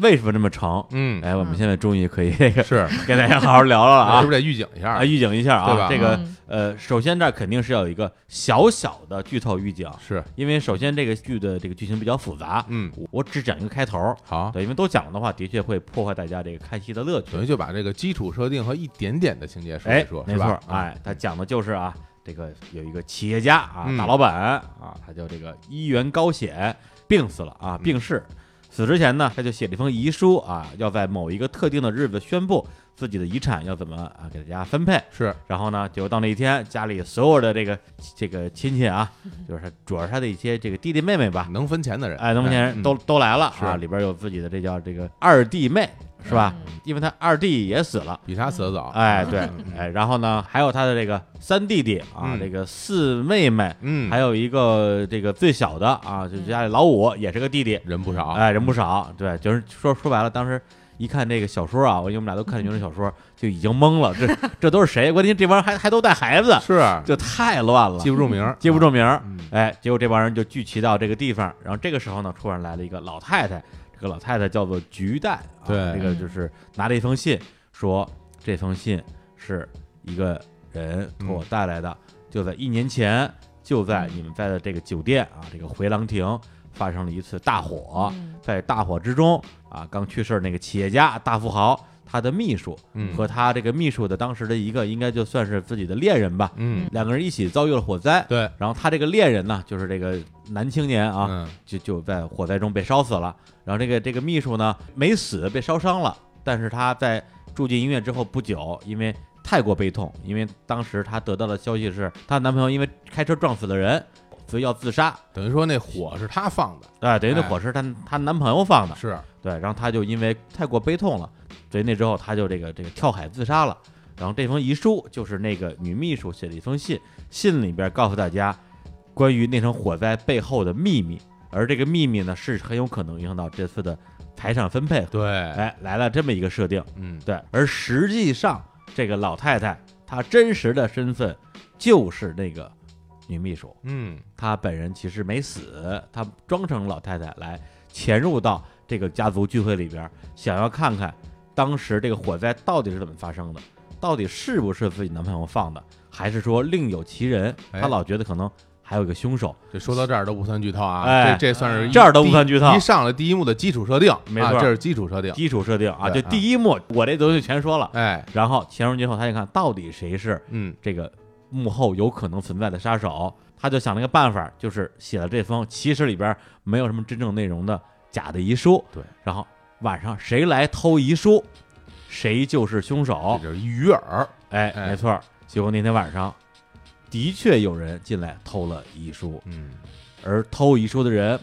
为什么这么长？
嗯，
哎，我们
嗯
现在终于可以 [laughs] 这个
是，
跟大家好好聊聊了
是
啊
不是得预警一下
啊！？
哎
预警一下
对
啊，
吧
这个
嗯
呃，首先这儿肯定是要有一个小小的剧透预警，
是，
因为首先这个剧的这个剧情比较复杂，
嗯，
我我只讲一个开头，
好，
对，因为都讲了的话，的确会破坏大家这个看戏的乐趣
等。于就把这个基础设定和一点点的情节说
哎
一，说，
没
是
错
吧
儿，？哎，他讲的就是啊，这个有一个企业家啊，
嗯
大老板啊，他叫这个一元高显病死了
嗯
啊，病逝。死之前呢，他就写了一封遗书啊，要在某一个特定的日子宣布自己的遗产要怎么啊给大家分配。
是，
然后呢，就到那一天，家里所有的这个这个亲戚
[laughs]
啊，就是他主要是他的一些这个弟弟妹妹吧，
能分钱的人，
哎，能不能
嗯
都都来了啊？
是
里边有自己的这叫这个二弟妹是吧？
嗯
因为他二弟也死了，
比他死的早，
哎，对
嗯，
哎，然后呢，还有他的这个三弟弟啊，
嗯
这个四妹妹，
嗯，
还有一个这个最小的啊，就是家里老五也是个弟弟，
人不少，
哎，人不少，对，就是说说白了，当时。一看这个小说啊，我因为我们俩都看原著小说，就已经懵了，这这都是谁？关键这帮人还还都带孩子，
是
就太乱了，
记不住名儿，
记不住名儿。
嗯，
哎，结果这帮人就聚齐到这个地方，然后这个时候呢，突然来了一个老太太，这个老太太叫做菊代，啊、
对
这个就是拿着一封信，说这封信是一个人托我带来的，就在一年前，就在你们在的这个酒店啊，这个回廊亭发生了一次大火，
嗯
在大火之中啊，刚去世那个企业家大富豪。他的秘书
嗯
和他这个秘书的当时的一个应该就算是自己的恋人吧，
嗯，
两个人一起遭遇了火灾，
对，
然后他这个恋人呢，就是这个男青年啊，
嗯，
就就在火灾中被烧死了。然后这个这个秘书呢，没死，被烧伤了，但是他在住进医院之后不久，因为太过悲痛，因为当时她得到的消息是她男朋友因为开车撞死了人，所以要自杀。
等于说那火是他放的，
啊，等于那
哎
火是她她男朋友放的，
是，
对，然后她就因为太过悲痛了，所以那之后她就这个这个跳海自杀了。然后这封遗书就是那个女秘书写的一封信，信里边告诉大家关于那场火灾背后的秘密，而这个秘密呢是很有可能影响到这次的财产分配。
对，
哎，来了这么一个设定，
嗯，
对，而实际上这个老太太她真实的身份就是那个女秘书，
嗯，
她本人其实没死，她装成老太太来潜入到这个家族聚会里边儿，想要看看当时这个火灾到底是怎么发生的，到底是不是自己男朋友放的，还是说另有其人？
哎
她老觉得可能还有一个凶手。
这说到这儿都不算剧透啊，
哎
这这算是一
这儿都不算剧透
一上来第一幕的基础设定，
没
啊
错
这是基础设定，
基础设定啊，就
对
第一幕我这东西全说了，
哎，
然后前入今后，她就看到底谁是
嗯，
这个幕后有可能存在的杀手，她就想了个办法，就是写了这封其实里边没有什么真正内容的假的遗书。
对，
然后晚上谁来偷遗书，谁就是凶手
这。就是一鱼饵，
哎，
哎
没错儿。结果那天晚上，的确有人进来偷了遗书，
嗯，
[laughs] 而偷遗书的人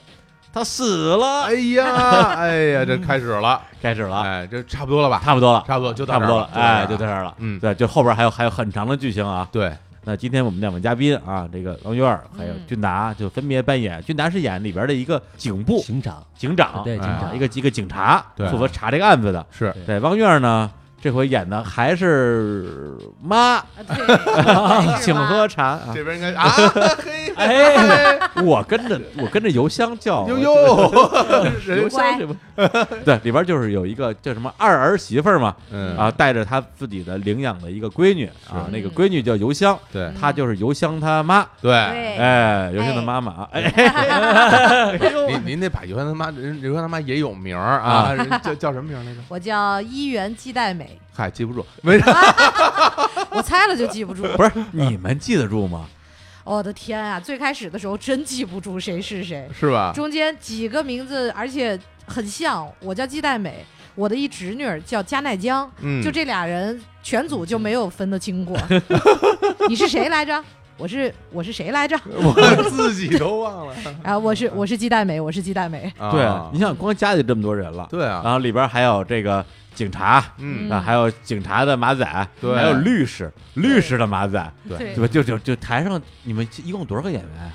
他死了。
哎呀，哎呀，这开
[laughs]
始了，
开始了，
哎，这差不多了吧？
差不多了，
差不多就到
差不
这儿
多
了
了，哎，就
就到
到这儿了。
嗯
对，就后边还有还有很长的剧情啊。
对，
那今天我们两位嘉宾啊，这个王娟还有
嗯
俊达，就分别扮演俊达是演里边的一个警部
[laughs] 警长
警长，
对警
哎
啊
长
一个一个警察，
对
负责查这个案子的。
是，
对，王娟呢这回演的还是妈，
啊对，
[laughs] 请喝
喝。
茶啊！
哎这边应该啊，嘿，
哎，我跟着我跟着邮箱叫
呦呦，
邮
人
箱这不， [laughs] 对，里边就是有一个叫什么二儿媳妇儿嘛，
嗯
啊，，带着她自己的领养的一个闺女啊，
是
那个闺女叫邮箱，
对
她就是邮箱他妈，
对，
对，
哎，邮箱的
哎
妈妈，哎，
您您得把刘欢他妈，人刘欢他妈也有名儿啊，人叫叫什么名儿来着？
我叫一元鸡代美，
嗨，记不住，没事，
我猜了就记不住。
[laughs] 不是你们记得住吗？
我的天啊！最开始的时候真记不住谁是谁，
是吧？
中间几个名字，而且很像。我叫鸡代美，我的一侄女儿叫加奈江，
嗯，
就这俩人全组就没有分得清过。你是谁来着？我是我是谁来着？
我自己都忘了。
啊，我是我是鸡蛋美，我是鸡蛋美。
啊
对啊，你想光家里这么多人了，
对啊，
然后里边还有这个警察。
嗯，
啊，
嗯
还有警察的马仔，
对
还有律师，律师的马仔，
对
对吧？就就就台上你们一共多少个演员？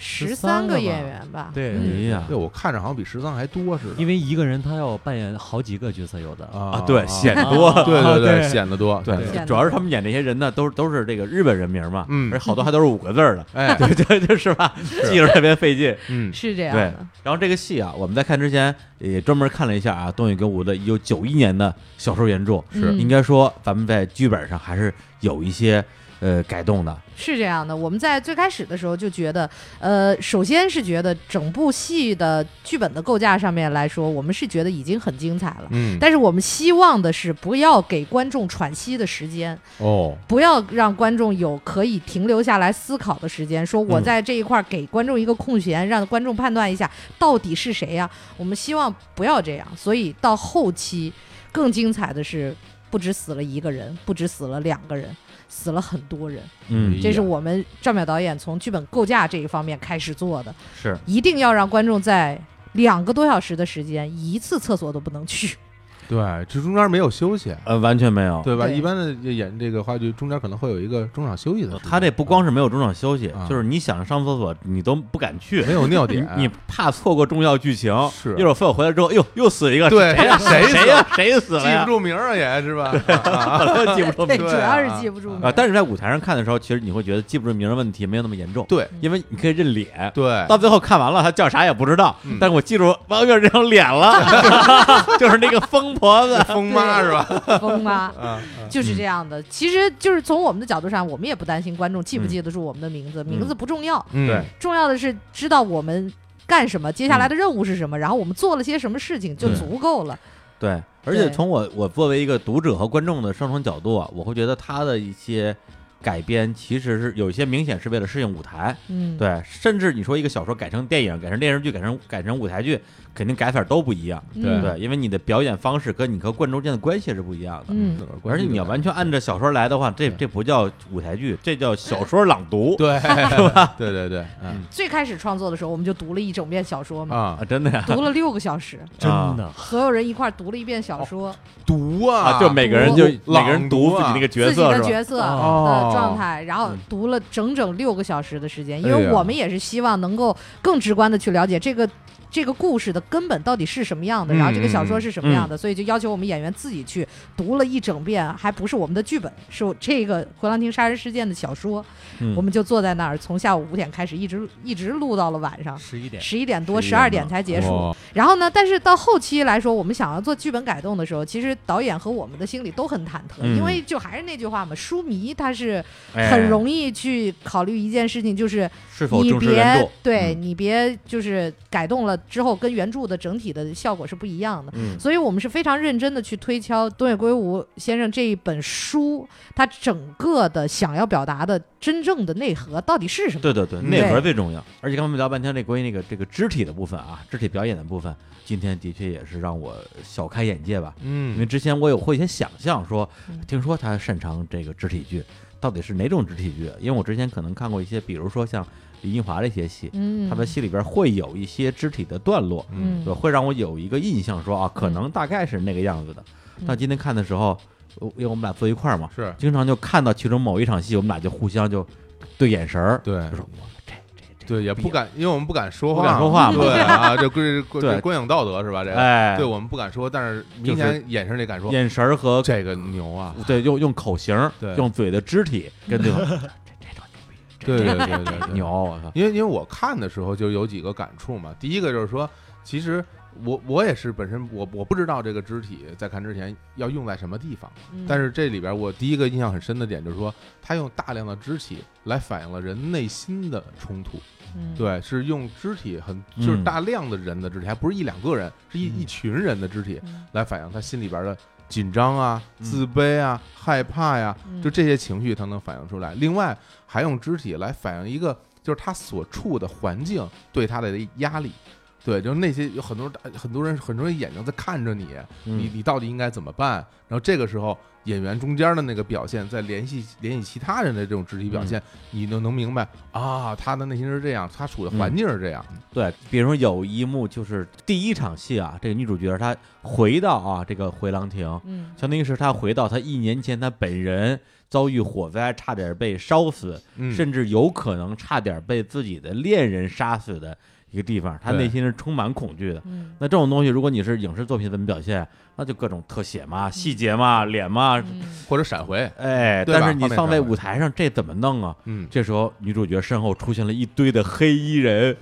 十
13
三
个吧
个演员吧。
对
嗯
哎呀，
对我看着好像比十三还多似的
因为一个人他要扮演好几个角色，有的
啊
啊，对，显多，
啊
对
啊
对
对
显得多，
对
显，得
主要是他们演这些人呢，都是都是这个日本人名嘛，
嗯
而且好多还都是五个字儿的，[laughs]
哎，
对对，就是吧，记着特别费劲。 [laughs]
嗯，
是这样
对
的。，
然后这个戏啊，我们在看之前也专门看了一下啊，东野圭吾的一九九一年的小说原著，
是
嗯
应该说咱们在剧本上还是有一些呃改动的，
是这样的，我们在最开始的时候就觉得，呃，首先是觉得整部戏的剧本的构架上面来说，我们是觉得已经很精彩了。
嗯，
但是我们希望的是，不要给观众喘息的时间，
哦，
不要让观众有可以停留下来思考的时间。说我
嗯
在这一块儿给观众一个空闲，让观众判断一下到底是谁呀、我们希望不要这样，所以到后期更精彩的是，不止死了一个人，不止死了两个人，死了很多人。
嗯，
这是我们赵淼导演从剧本构架这一方面开始做的，
是
一定要让观众在两个多小时的时间一次厕所都不能去。
对，这中间没有休息，
呃完全没有，
对吧？
对
一般的演这个话剧，中间可能会有一个中场休息的时间。
他这不光是没有中场休息
啊，
就是你想上厕所你都不敢去
[laughs] 没，有尿
你
点，
你怕错过重要剧情，
是
一会儿饭回来之后，哟又死一个，[laughs]
对
谁呀
谁
谁呀谁死了
记不
呀？
住名儿啊也是吧？啊啊
[laughs] 记不住名
对，
儿
主
对
要
啊
是记不住名
哦啊！但是在舞台上看的时候，其实你会觉得记不住名儿的问题没有那么严重，
[laughs] 对
因为你可以认脸，
对，
到最后看完了，他叫啥也不知道，
嗯
但是我记住王月这张脸了， [laughs] 就是那个疯婆子。
疯妈
[laughs]
是吧？
疯吗？
啊，
嗯
就是这样的，其实就是从我们的角度上，我们也不担心观众记不
嗯
记得住我们的名字，名字不重要，
嗯
对，
重要的是知道我们干什么，接下来的任务是什么，然后我们做了些什么事情就
嗯对
足够了。
对，而且
对
从我我作为一个读者和观众的双重角度啊，我会觉得他的一些改编其实是有一些明显是为了适应舞台，
嗯，
对，甚至你说一个小说改成电影、改成电视剧、改成改成舞台剧，肯定改法都不一样，
对
嗯，
对，因为你的表演方式跟你和观众之间的关系是不一样的。
嗯，
而且你要完全按照小说来的话，这
对
这不叫舞台剧，这叫小说朗读。
对，是吧？对对对，嗯
最开始创作的时候，我们就读了一整遍小说嘛，
啊
啊，，真的呀，
读了六个小时，
真
啊
的
所有人一块儿读了一遍小
哦
说。
读啊，
啊，就每个人就
读
每个人读自己
朗读啊
那个角
自己
色是
的
吧？
角色
哦
的呃状态，然后
嗯
读了整整六个小时的时间，因
哎呀
为我们也是希望能够更直观的去了解这个。这个故事的根本到底是什么样的？
嗯
然后这个小说是什么样的？所以就要求我们演员自己去读了一整遍，还不是我们的剧本，是我这个《回廊亭杀人事件》的小说。
嗯
我们就坐在那儿，从下午五点开始，一直一直录到了晚上
十一点，
十一点多、
11
十
点
二点才结束。
哦
然后呢，但是到后期来说，我们想要做剧本改动的时候，其实导演和我们的心里都很忐忑，
嗯
因为就还是那句话嘛，书迷他是
哎
很容易去考虑一件事情，就是
是否
你
忠实原
别
著？
对你别就是改动了之后跟原著的整体的效果是不一样的。
嗯，
所以我们是非常认真的去推敲东野圭吾先生这一本书，他整个的想要表达的真正的内核到底是什么？
对对对，
嗯
内核最重要。而且刚才我们聊半天这关于那个这个肢体的部分啊，肢体表演的部分，今天的确也是让我小开眼界吧。因为
嗯，
之前我有过一些想象说，
嗯
听说他擅长这个肢体剧，到底是哪种肢体剧？因为我之前可能看过一些，比如说像李英华这些戏，
嗯，
他的戏里边会有一些肢体的段落，
嗯
对，会让我有一个印象说啊，可能大概是那个样子的。
嗯
但今天看的时候，我因为我们俩坐一块儿嘛，
是
经常就看到其中某一场戏，我们俩就互相就对眼神儿，
对
就，说哇，这这这
对，也不敢，因为我们不敢说话，
不敢说话嘛
对啊，这归归
对
这观影道德是吧？这个，
哎，
对我们不敢说，但是明
就是
显眼神里敢说，
眼神儿和
这个牛啊！
对用用口型儿，
对
用嘴的肢体跟对
[laughs]
方
对对对对对，
牛，我靠，
因为因为我看的时候就有几个感触嘛。第一个就是说，其实我我也是本身我我不知道这个肢体在看之前要用在什么地方，
嗯
但是这里边我第一个印象很深的点就是说，他用大量的肢体来反映了人内心的冲突。
嗯
对，是用肢体很就是
嗯
大量的人的肢体，还不是一两个人，是一、一群人的肢体
嗯
来反映他心里边的紧张啊、
嗯
自卑啊、害怕呀、
嗯
就这些情绪他能反映出来。另外还用肢体来反映一个就是他所处的环境对他的压力。对，就是那些有很多人很多人很多人眼睛在看着你，你
嗯
你到底应该怎么办？然后这个时候演员中间的那个表现，再联系联系其他人的这种肢体表现，你就能明白啊，他的内心是这样，他处的环境是这样，
对，比如说有一幕就是第一场戏啊，这个女主角她回到啊这个回廊亭，
嗯
相当于是她回到她一年前她本人遭遇火灾，差点被烧死，
嗯，
甚至有可能差点被自己的恋人杀死的一个地方，她
对
内心是充满恐惧的。
嗯
那这种东西，如果你是影视作品怎么表现，那就各种特写嘛、细节嘛、脸嘛，
嗯
或者闪回，
哎，
对吧
但是你
画面
放在
上面
舞台上，这怎么弄啊？
嗯，
这时候，女主角身后出现了一堆的黑衣人，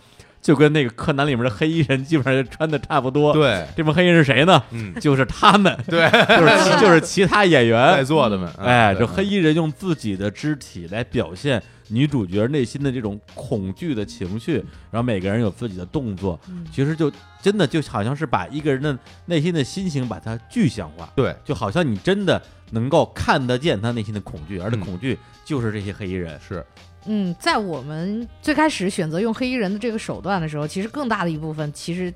就跟那个柯南里面的黑衣人基本上就穿的差不多。，
对，
这帮黑衣人是谁呢？
嗯，
就是他们，
对，
[laughs] 就是其就是其他演
在
员。
座的们，嗯
哎，
对
这黑衣人用自己的肢体来表现女主角内心的这种恐惧的情绪，然后每个人有自己的动作，
嗯
其实就真的就好像是把一个人的内心的心情把它具象化，
对，
就好像你真的能够看得见他内心的恐惧，而这
嗯
恐惧就是这些黑衣人。
是，
嗯，在我们最开始选择用黑衣人的这个手段的时候，其实更大的一部分其实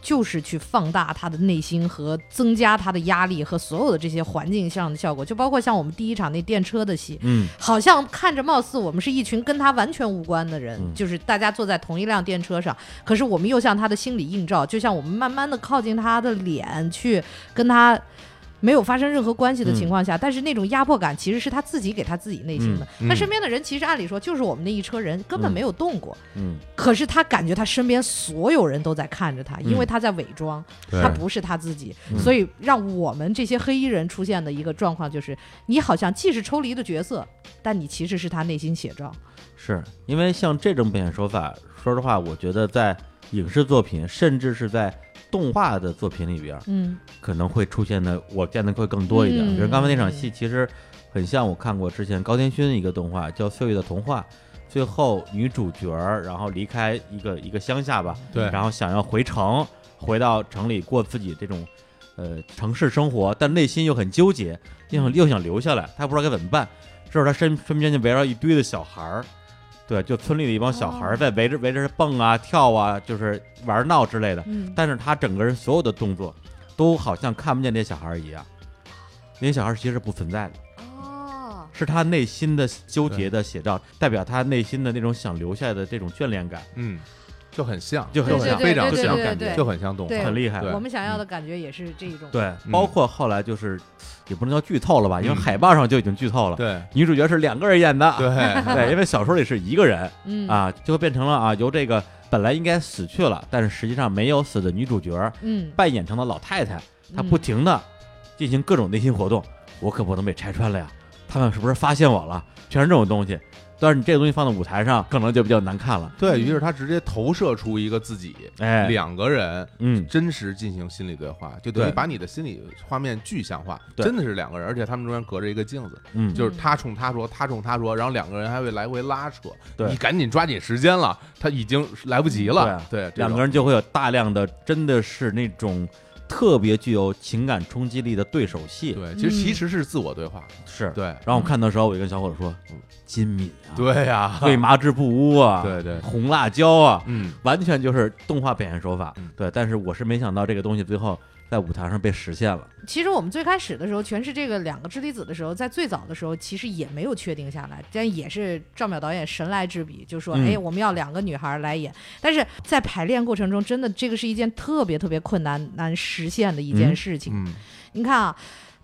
就是去放大他的内心和增加他的压力和所有的这些环境上的效果，就包括像我们第一场那电车的戏，
嗯，
好像看着貌似我们是一群跟他完全无关的人，
嗯
就是大家坐在同一辆电车上，可是我们又向他的心理映照，就像我们慢慢的靠近他的脸去跟他。没有发生任何关系的
嗯
情况下，但是那种压迫感其实是他自己给他自己内心的。
嗯嗯
他身边的人其实按理说就是我们那一车人，根本
嗯
没有动过。
嗯，
可是他感觉他身边所有人都在看着他，因为
嗯
他在伪装，
对
他不是他自己，
嗯
所以让我们这些黑衣人出现的一个状况就是，你好像既是抽离的角色，但你其实是他内心写照。
是因为像这种表现手法，说实话，我觉得在影视作品，甚至是在动画的作品里边儿，
嗯
可能会出现的，我见的会更多一点。
嗯
比如刚才那场戏，其实很像我看过之前高天勋的一个动画，叫《岁月的童话》。最后女主角儿然后离开一个一个乡下吧，
对
然后想要回城，回到城里过自己这种呃城市生活，但内心又很纠结，又想又想留下来，他不知道该怎么办。这时候他身身边就围绕一堆的小孩儿，对，就村里的一帮小孩儿
哦
在围着围着他蹦啊跳啊，就是玩闹之类的。
嗯
但是他整个人所有的动作都好像看不见这些小孩儿一样，那些小孩儿其实是不存在的，
哦，
是他内心的纠结的写照，代表他内心的那种想留下的这种眷恋感，
嗯，就很像，
就很
很
像
像，非常
对对
像
对
感
对
觉，
对
就很像动画
对，
很厉害。
对
我们想要的感觉也是这一种。
对，
嗯
包括后来就是也不能叫剧透了吧，因为
嗯
海报上就已经剧透 [laughs] 了。
对
女主角是两个人演的，
对
对，因为小说里是一个人
嗯，
啊，就会变成了啊，由这个本来应该死去了，但是实际上没有死的女主角
嗯，
扮演成了老太太，她
嗯
不停的进行各种内心活动，我可不能被拆穿了呀，他们是不是发现我了？全是这种东西。但是你这个东西放到舞台上，可能就比较难看了。
对，于是他直接投射出一个自己，
哎，
两个人
嗯，
真实进行心理对话，就等于
对
把你的心理画面具象化，
对
真的是两个人，而且他们中间隔着一个镜子，
嗯
就是他冲他说，他冲他说，然后两个人还会来回拉扯，
对
你赶紧抓紧时间了，他已经来不及了，对，
啊两个人就会有大量的，真的是那种特别具有情感冲击力的对手戏
这。种对，其实
嗯
其实是自我对话，
是。
对，嗯
然后我看的时候，我就跟小伙子说：“金敏啊，，
对呀，
为麻之不污啊，
对对，
红辣椒啊，
嗯，
完全就是动画表现手法
嗯。
对，但是我是没想到这个东西最后在舞台上被实现了。
其实我们最开始的时候，全是这个两个知离子的时候，在最早的时候其实也没有确定下来，但也是赵淼导演神来之笔，就说：“
嗯
哎，我们要两个女孩来演。”但是在排练过程中，真的这个是一件特别特别困难难实现的一件
嗯
事情。
嗯，
你看啊，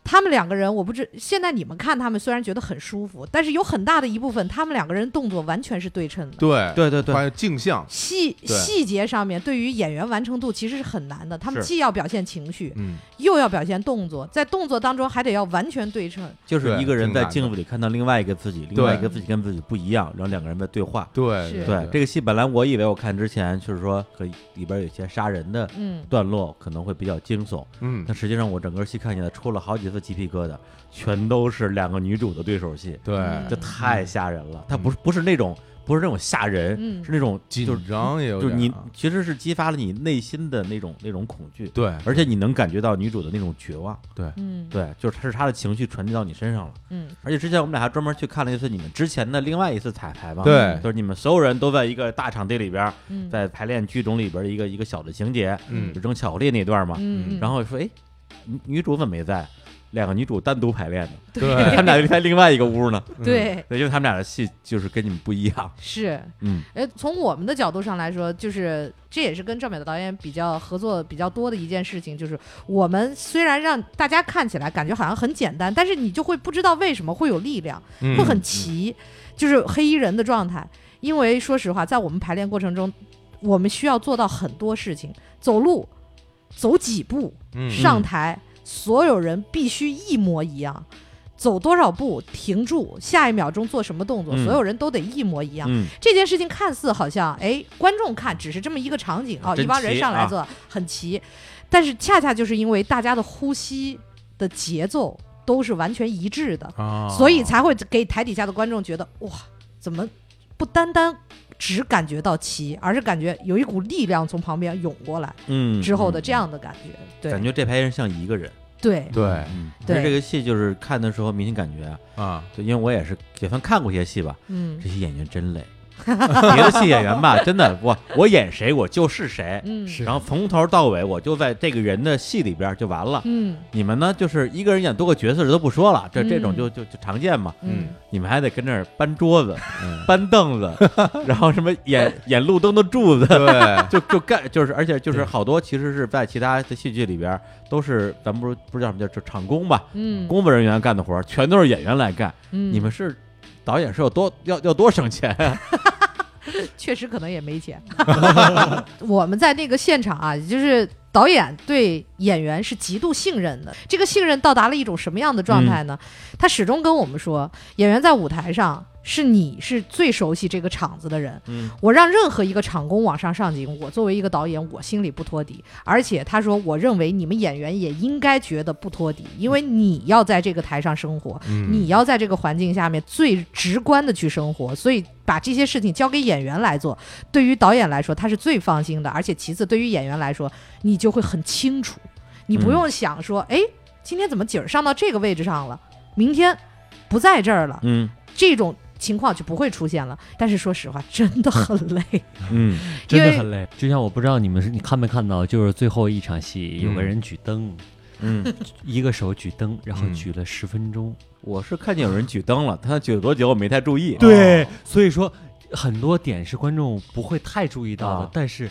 他们两个人，我不知现在你们看他们虽然觉得很舒服，但是有很大的一部分，他们两个人动作完全是对称的。
对
对对
发
对，
现镜像，
细
对
细节上面，对于演员完成度其实是很难的。他们
是
既要表现情绪，
嗯，
又要表现动作，在动作当中还得要完全对称。
就是
对
一个人
挺
在
难的
镜子里看到另外一个自己，另
对
外一个自己跟自己不一样，然后两个人在对话。
对
是
对这个戏，本来我以为我看之前就是说和里边有些杀人的
嗯，
段落可能会比较惊悚，
嗯
但实际上我整个戏看起来出了好几次鸡皮疙瘩，全都是两个女主的对手戏，
对
嗯
这太吓人了。它不是不是那种不是那种吓人，
嗯
是那种就
紧
是
张嗯也有
就是
点
你
啊嗯
其实是激发了你内心的那种那种恐惧，
啊对
而且你能感觉到女主的那种绝望，
嗯
对，就是她是她的情绪传递到你身上了。
嗯
而且之前我们俩还专门去看了一次你们之前的另外一次彩排嘛，
对
就是你们所有人都在一个大场地里边儿，
嗯，
在排练剧种里边儿的一个一个小的情节，
嗯
就扔巧克力那段嘛，
嗯，嗯
然后说哎，女女主怎么没在？两个女主单独排练呢，他
对
们俩就在另外一个屋呢，
嗯
对
对，因为他们俩的戏就是跟你们不一样，
是
嗯，
呃，从我们的角度上来说，就是这也是跟赵美的导演比较合作比较多的一件事情，就是我们虽然让大家看起来感觉好像很简单，但是你就会不知道为什么会有力量，
嗯
会很奇，就是黑衣人的状态。因为说实话，在我们排练过程中，我们需要做到很多事情，走路，走几步，
嗯
上台，所有人必须一模一样。走多少步，停住，下一秒钟做什么动作，
嗯
所有人都得一模一样。
嗯，
这件事情看似好像，哎，观众看只是这么一个场景哦，
真
一帮人
齐
上来
啊
做、很齐，但是恰恰就是因为大家的呼吸的节奏都是完全一致的，
哦
啊，
所以才会给台底下的观众觉得哇，怎么不单单只感觉到齐，而是感觉有一股力量从旁边涌过来
嗯
之后的
嗯
这样的感觉，对，
感觉这排人像一个人， [laughs]
对，
对
嗯，
对
而这个戏就是看的时候明显感觉啊，
啊，
对，因为我也是也算看过一些戏吧，
嗯
这些演员真累，别的戏演员吧，真的，我我演谁我就是谁，
嗯
是
然后从头到尾我就在这个人的戏里边就完了。
嗯
你们呢，就是一个人演多个角色这都不说了，这这种就就就常见嘛。
嗯
你们还得跟这儿搬桌子、
嗯
搬凳子， [laughs] 然后什么演演路灯的柱子，
对
就就干就是，而且就是
对
好多其实是在其他的戏剧里边都是咱们不是不知道什么叫就场工吧，
嗯，
工作人员干的活儿全都是演员来干。
嗯
你们是导演是有多要要多省钱啊？
确实可能也没钱。 [laughs] 我们在那个现场啊，就是导演对演员是极度信任的。这个信任到达了一种什么样的状态呢？他始终跟我们说，演员在舞台上是你是最熟悉这个场子的人。
嗯
我让任何一个场工往上上景，我作为一个导演，我心里不托底。而且他说，我认为你们演员也应该觉得不托底，因为你要在这个台上生活，
嗯
你要在这个环境下面最直观的去生活，所以把这些事情交给演员来做，对于导演来说他是最放心的，而且其次对于演员来说，你就会很清楚，你
嗯
不用想说，哎、今天怎么景儿上到这个位置上了，明天不在这儿了，
嗯
这种情况就不会出现了。但是说实话，真的很累，
嗯
真的
因为
很累。就像我不知道你们是你看没看到，就是最后一场戏有个人举灯，
嗯，
一个手举灯，然后
嗯
举了十分钟。
我是看见有人举灯了，他举了多久我没太注
哦
意。
对，所以说很多点是观众不会太注意到的，
啊
但是。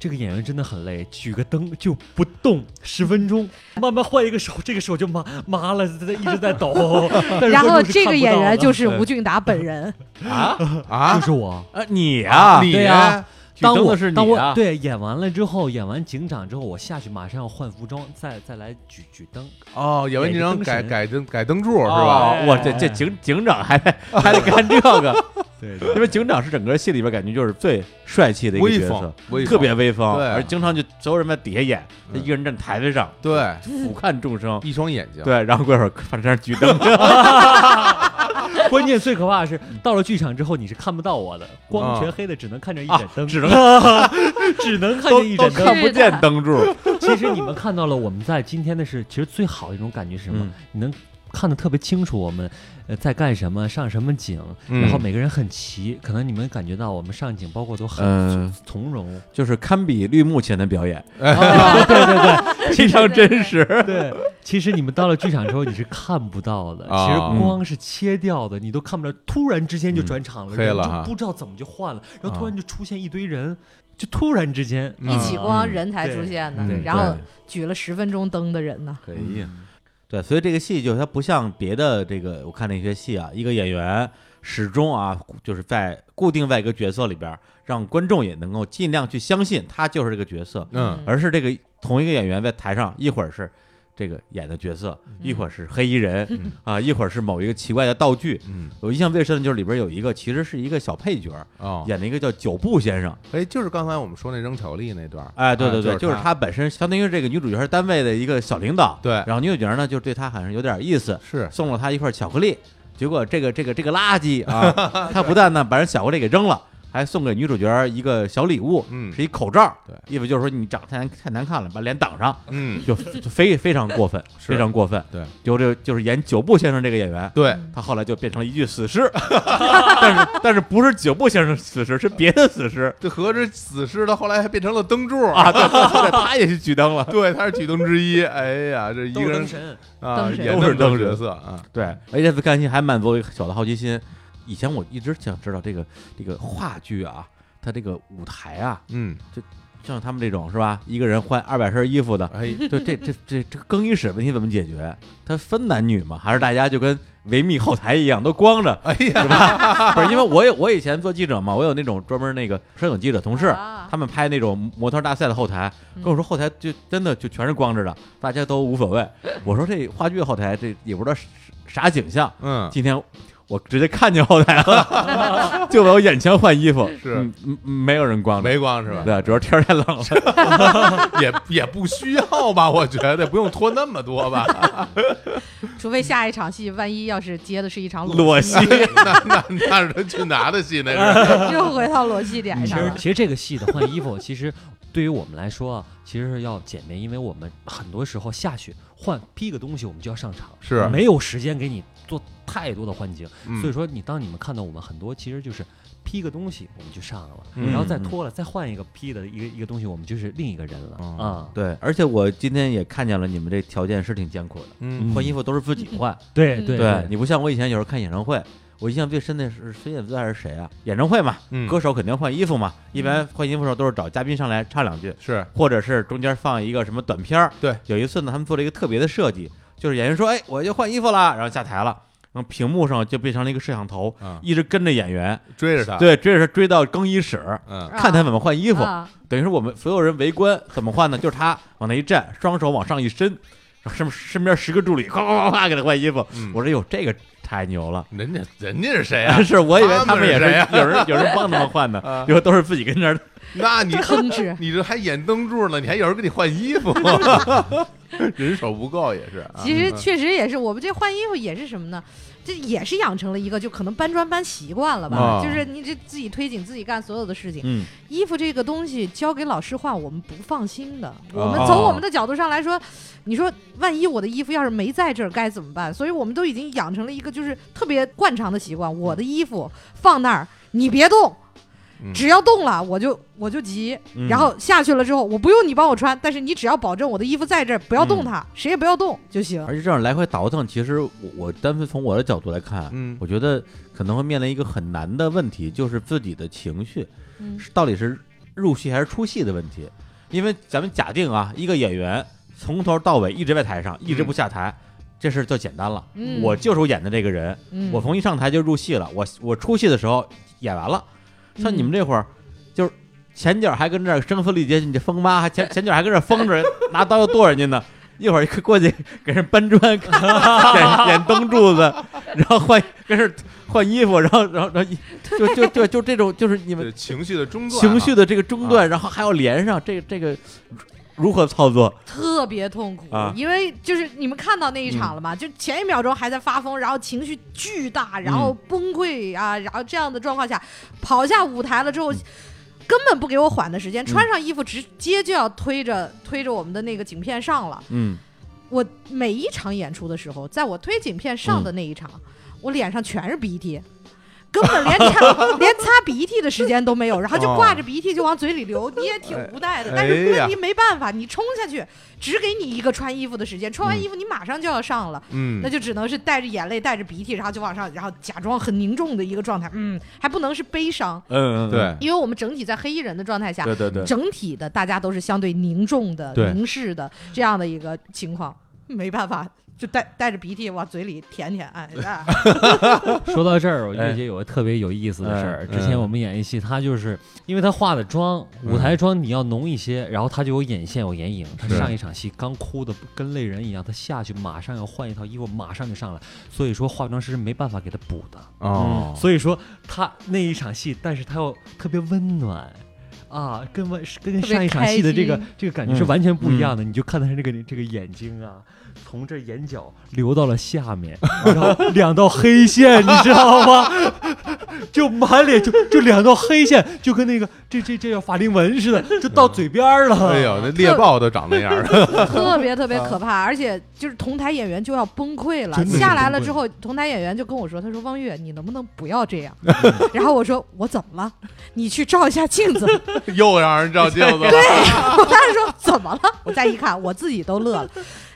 这个演员真的很累，举个灯就不动十分钟，慢慢换一个手，这个手就麻麻了，在一直在抖。 [laughs] [laughs] 但是
然后
观众是
这个
看不
演
到
员
的
就是吴俊达本人，
啊
啊
就，是我，
啊你啊，
你
对呀
举
当
灯
我
的是
当
你
我
啊，
对演完了之后，演完警长之后，我下去马上要换服装，再再来举举灯。
哦，演员你让改
改个灯神
改灯改灯柱是吧？
哦我这这警警长还得还得干这个，
对， [laughs]
因为警长是整个戏里边感觉就是最帅气的一个
威
角
风
色，，
威风
特别威风，
对
而经常就所有人在底下演，他
嗯
一个人站台子上
对，
俯瞰众生，
一双眼睛，
对，然后过一会儿反正举灯，
关键最可怕的是，到了剧场之后你是看不到我的，光全黑的，只能看着一盏灯，
啊只能
[laughs] 只能看
都
见一
都
盏
看
灯。
不见灯柱，
[laughs]
其实你们看到了，我们在今天的是，其实最好的一种感觉是什么？
嗯
你能看得特别清楚，我们呃在干什么，上什么景，
嗯
然后每个人很齐，可能你们感觉到我们上景包括都很
嗯，
[laughs]
从容。
就是堪比绿幕前的表演，
啊对对对。
非常真实，
对，其实你们到了剧场之后，你是看不到的，
啊
其实光是切掉的，你都看不到。突然之间就转场
嗯
了，
黑
人
了
就
哈
不知道怎么就换了，然后突
啊
然就出现一堆人，就突然之间
嗯
一起光
嗯
人才
对
出现的，
嗯
然后举了十分钟灯的人呢，
可以。对，所以这个戏就它不像别的这个，我看那些戏啊，一个演员始终啊，就是在固定在一个角色里边儿，让观众也能够尽量去相信他就是这个角色，
嗯
而是这个同一个演员在台上一会儿是这个演的角色，一会儿是黑衣人、
嗯
啊，一会儿是某一个奇怪的道具。
嗯
我印象最深的就是里边有一个其实是一个小配角，
哦，
演了一个叫九步先生。
哎，就是刚才我们说那扔巧克力那段儿，
哎，对对对，
啊就是
他本身相当于这个女主角单位的一个小领导，
对
然后女主角呢就对他好像有点意思，
是
送了他一块巧克力，结果这个这个这个垃圾啊，他不但呢把人巧克力给扔了，还送给女主角一个小礼物，
嗯
是一口罩，
对
意思就是说你长得太难太难看了，把脸挡上，
嗯，
就就非非常过分，
是
非常过分，
对，
就这就是演九部先生这个演员。
嗯
对，
他后来就变成了一具死尸， [laughs] 但是但是不是九部先生死尸，是别的死尸
这何止死尸，到后来还变成了灯柱儿，
啊！对，对他也是举灯
[laughs]
了，
对，他是举灯之一。哎呀，这一个人
神，
啊，
灯神
演
都是
这么
灯
多
神
角色啊，
对，而且这次看戏还满足我一个小的好奇心。以前我一直想知道这个这个话剧啊，它这个舞台啊，
嗯，
像他们这种是吧，一个人换二百身衣服的，
嗯
哎，
就这这这这更衣室问题怎么解决？它分男女吗？还是大家就跟维密后台一样都光着？
哎呀，
是吧？ [laughs] 不是，因为我有我以前做记者嘛，我有那种专门那个摄影记者同事，
啊
他们拍那种模特大赛的后台，跟我说后台就真的就全是光着的，大家都无所谓。我说这话剧后台这也不知道是啥景象，
嗯，
今天我直接看见后台了，
[laughs]
就在我眼前换衣服，
是
嗯嗯嗯没有人光着。
没光是吧？
对，啊主要天儿太冷了。
啊也也不需要吧，我觉得不用脱那么多吧。
除非下一场戏，万一要是接的是一场
裸
戏，
戏
[laughs] 那那那是他去拿的戏，那是
[laughs] 又回到裸戏点
其
上
实
了，
其实这个戏的换衣服，其实对于我们来说啊，其实是要简便，因为我们很多时候下去换披个东西，我们就要上场，
是
没有时间给你做太多的换景。
嗯
所以说，你当你们看到我们很多，其实就是披个东西我们就上了，
嗯
然后再脱了，再换一个披的一个一个东西，我们就是另一个人了
哦
啊。
嗯对，而且我今天也看见了，你们这条件是挺艰苦的，
嗯
换衣服都是自己
[laughs]
换。
对
对
对你不像我以前有时候看演唱会，我印象最深的是孙燕姿还是谁啊？演唱会嘛，
嗯
歌手肯定换衣服嘛，一般换衣服的时候都是找嘉宾上来唱两句，
是
或者是中间放一个什么短片儿。
对，
有一次呢，他们做了一个特别的设计，就是演员说：“哎，我就换衣服啦。”然后下台了，然后屏幕上就变成了一个摄像头，
啊，
一直跟着演员，
追着他，，
对，追着他追到更衣室。
嗯
看他怎么换衣
衣
服，等于是我们所有人围观，怎么换呢？就是他往那一站，双手往上一伸，然后身身边十个助理哗哗哗哗给他换衣服。
嗯
我说哟，这个太牛了！？
人家人家是谁啊
[laughs] 是我以为他
他们
们
是
也是
谁呀
有人有人帮他们换的
[laughs] 啊，
因为都是自己跟那儿。
那 [laughs] 你啊
吭哧。
你这还演灯柱呢，你还有人给你换衣服，人手不够也是啊。
其实确实也是，我们这换衣服也是什么呢？这也是养成了一个就可能搬砖搬习惯了吧，
啊
就是你这自己推进自己干所有的事情。
嗯，
衣服这个东西交给老师换，我们不放心
啊
的。我们
哦
从我们的角度上来说，你说万一我的衣服要是没在这儿该怎么办？所以我们都已经养成了一个就是特别惯常的习惯，我的衣服放那儿，你别动
嗯。
只要动了，我就我就急，
嗯
然后下去了之后，我不用你帮我穿，但是你只要保证我的衣服在这儿，不要动
嗯
它，谁也不要动就行。
而且这样来回倒腾，其实我我单纯从我的角度来看，
嗯
我觉得可能会面临一个很难的问题，就是自己的情绪
嗯
是到底是入戏还是出戏的问题。因为咱们假定啊，一个演员从头到尾一直在台上，一直不下台，这事儿就简单了。
嗯
我就是我演的这个人，
嗯
我从一上台就入戏了，我我出戏的时候演完了。像
嗯
你们这会儿，就是前脚还跟这儿声嘶力竭，你这疯妈还前前脚还跟这儿疯着， [laughs] 拿刀要剁人家呢。一会儿一个过去给人搬砖， [laughs] 演演灯柱子，然后换跟这儿换衣服，然后然后然后一就就就就这种就是你们
对情绪的中断啊，
情绪的这个中断，然后还要连上，这个这个如何操作？
特别痛苦，
啊
因为就是你们看到那一场了吗？就前一秒钟还在发疯，然后情绪巨大，然后崩溃啊，然后这样的状况下跑下舞台了之后。根本不给我缓的时间，穿上衣服直接就要推着推着我们的那个景片上了。
嗯，
我每一场演出的时候，在我推景片上
嗯
的那一场，我脸上全是鼻涕，根本连
[laughs]
擦连擦鼻涕的时间都没有，然后就
哦
挂着鼻涕就往嘴里流，你也挺无奈的。但是
哎哎呀
问题没办法，你冲下去只给你一个穿衣服的时间，穿完衣服你马上就要上了，
嗯
那，就只能是带着眼泪带着鼻涕，然后就往上，然后假装很凝重的一个状态，嗯，还不能是悲伤，
嗯，
对
因为我们整体在黑衣人的状态下。
对对，
整体的大家都是相对凝重的、
对
凝视的这样的一个情况，没办法，
就带带着鼻涕往嘴里舔舔，哎，哎
[laughs] 说到这儿，我
哎
月姐有个特别有意思的事儿。
嗯
之前我们演一戏，她就是因为她化的妆，
嗯
舞台妆你要浓一些，然后她就有眼线有眼影。她
是
上一场戏刚哭的跟泪人一样，她下去马上要换一套衣服，马上就上来，所以说化妆师是没办法给她补的。
哦，
所以说她那一场戏，但是她又特别温暖。啊，跟温跟跟
特别
上一场戏的这个
开心
这个感觉是
嗯
完全不一样的。你就看她这个这个眼睛啊，从这眼角流到了下面，然后两道黑线，你知道吗？ [laughs] 就满脸就就两道黑线，就跟那个这这这叫法令纹似的，就到嘴边儿了。
哎
[laughs]
呦，那猎豹都长那样了，
特别特别可怕，而且就是同台演员就要崩溃了。
真的是
下来了之后，同台演员就跟我说：“他说汪月，你能不能不要这样？”然后我说：“我怎么了？你去照一下镜子。
又让人照镜子了。”
[laughs] 我当时说：“怎么了？”我再一看，我自己都乐了。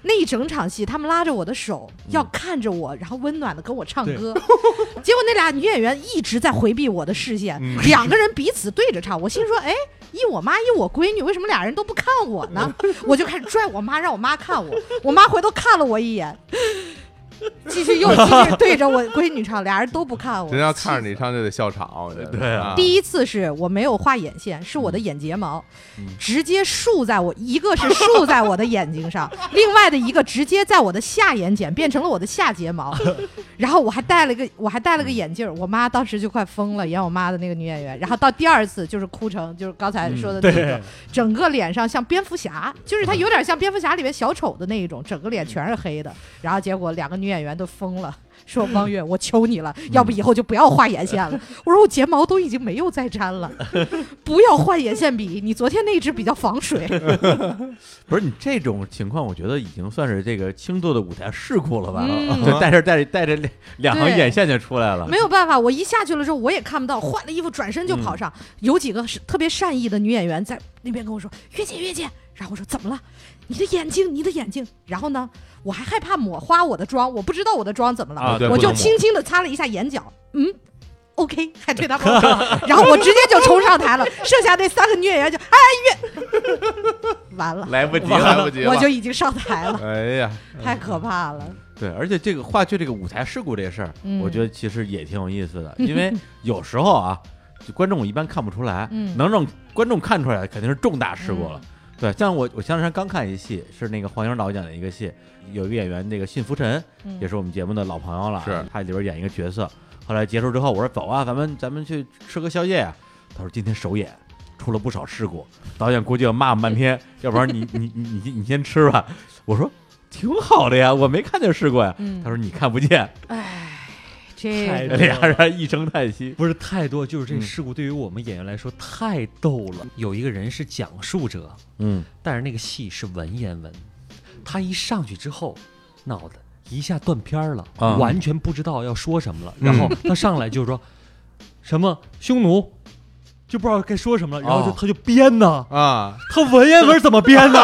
那一整场戏，他们拉着我的手，
嗯
要看着我，然后温暖的跟我唱歌。结果那俩女演员一直在回避我的视线，
嗯
两个人彼此对着唱。我心说：“哎，一我妈一我闺女，为什么俩人都不看我呢？” [laughs] 我就开始拽我妈，让我妈看我。我妈回头看了我一眼，继续又继续对着我闺女唱，俩人都不看我。
人要看着你唱就得笑场，我觉得。
对啊
第一次是我没有画眼线，是我的眼睫毛、直接竖在我，一个是竖在我的眼睛上，另外的一个直接在我的下眼睑变成了我的下睫毛。然后我还戴了个，我还戴了个眼镜儿，我妈当时就快疯了，演我妈的那个女演员。然后到第二次就是哭成，就是刚才说的
嗯
那种，整个脸上像蝙蝠侠，就是她有点像蝙蝠侠里面小丑的那一种，整个脸全是黑的。然后结果两个女演员都疯了。说汪月，我求你了，要不以后就不要画眼线了。我说我睫毛都已经没有再粘了，不要换眼线笔。你昨天那支比较防水，
不是你这种情况，我觉得已经算是这个轻度的舞台事故了吧？ [laughs]
嗯
就带着带着带着两两行
对
眼线就出来了。
没有办法。我一下去了之后，我也看不到，换了衣服转身就跑上。有几个是特别善意的女演员在那边跟我说：“月姐，月姐。”然后我说：“怎么了？你的眼睛，你的眼睛。”然后呢，我还害怕抹花我的妆，我不知道我的妆怎么了，
啊
对不
我
能
就
抹
轻轻的擦了一下眼角，嗯。OK，
[laughs]
还对他们说，然后我直接就冲上台了，剩下那三个女演员就哎月， [laughs] 完了，
来不及，来不及了。
我就已经上台了，
哎呀，
太可怕了。
对，而且这个话剧这个舞台事故这事儿，
嗯
我觉得其实也挺有意思的，因为有时候啊，就观众我一般看不出来，
嗯
能让观众看出来肯定是重大事故了。对，像我我前两天刚看一戏，是那个黄英导演的一个戏，有一个演员那个信福臣，
嗯
也是我们节目的老朋友了，啊
是
他里边演一个角色。后来结束之后，我说走啊，咱们咱们去吃个宵夜呀、他说今天首演出了不少事故，导演估计要骂我们半天，要不然你你你你你先吃吧。我说挺好的呀，我没看见事故呀。
嗯
他说你看不见，
哎，这
太
[laughs]
对
俩人一声叹息。
不是太多，就是这
嗯
事故对于我们演员来说太逗了。有一个人是讲述者，
嗯，
但是那个戏是文言文，他一上去之后，脑子一下断片儿了，
啊
完全不知道要说什么了。然后他上来就是说什么匈奴，就不知道该说什么了，然后就、
哦
他就编呢，
啊，
他文言文怎么编呢？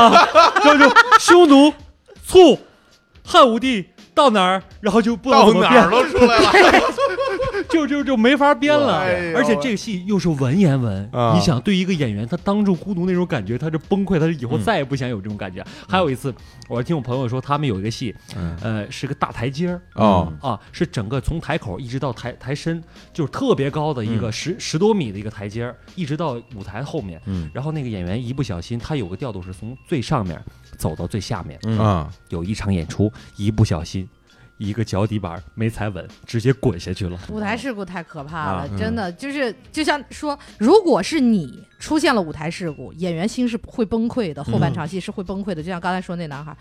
然后就匈奴、醋、汉武帝到哪儿，然后就不知道
到
怎么
哪
编
儿，都出来了。 [laughs]
[laughs]
就就就没法编了
哎呦。
而且这个戏又是文言文
啊，
你想对一个演员，他当众孤独那种感觉，他是崩溃，他是以后
嗯
再也不想有这种感觉。还有一次，我听我朋友说，他们有一个戏，
嗯
呃，是个大台阶儿。
哦，
啊，是整个从台口一直到台台身，就是特别高的一个十、十多米的一个台阶儿，一直到舞台后面。
嗯
然后那个演员一不小心，他有个调度是从最上面走到最下面。
嗯
啊，
有一场演出，一不小心，一个脚底板儿没踩稳，直接滚下去了。
舞台事故太可怕了，
啊
嗯
真的就是就像说，如果是你出现了舞台事故，演员心是会崩溃的，
嗯
后半场戏是会崩溃的。就像刚才说那男孩，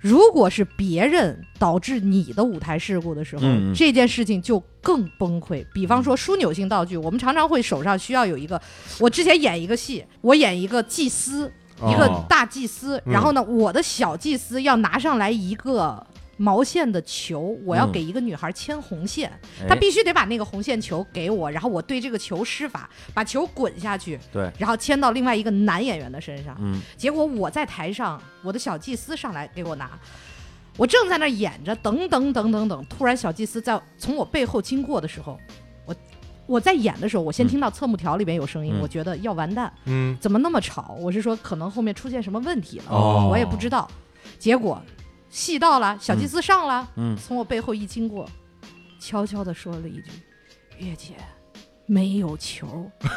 如果是别人导致你的舞台事故的时候，
嗯嗯嗯
这件事情就更崩溃。比方说枢纽性道具，我们常常会手上需要有一个。我之前演一个戏，我演一个祭司，一个
哦
大祭司，
嗯
然后呢，我的小祭司要拿上来一个毛线的球，我要
嗯
给一个女孩牵红线，
哎
她必须得把那个红线球给我，然后我对这个球施法，把球滚下去，
对，
然后牵到另外一个男演员的身上。
嗯
结果我在台上，我的小祭司上来给我拿，我正在那儿演着，等等等等等，突然小祭司在从我背后经过的时候，我我在演的时候，我先
嗯
听到侧幕条里边有声音，
嗯
我觉得要完蛋。
嗯，
怎么那么吵？我是说可能后面出现什么问题了，
哦
我也不知道。结果戏到了，小祭司上了，
嗯，
从我背后一经过，悄悄地说了一句：“月姐，没有球，
[laughs]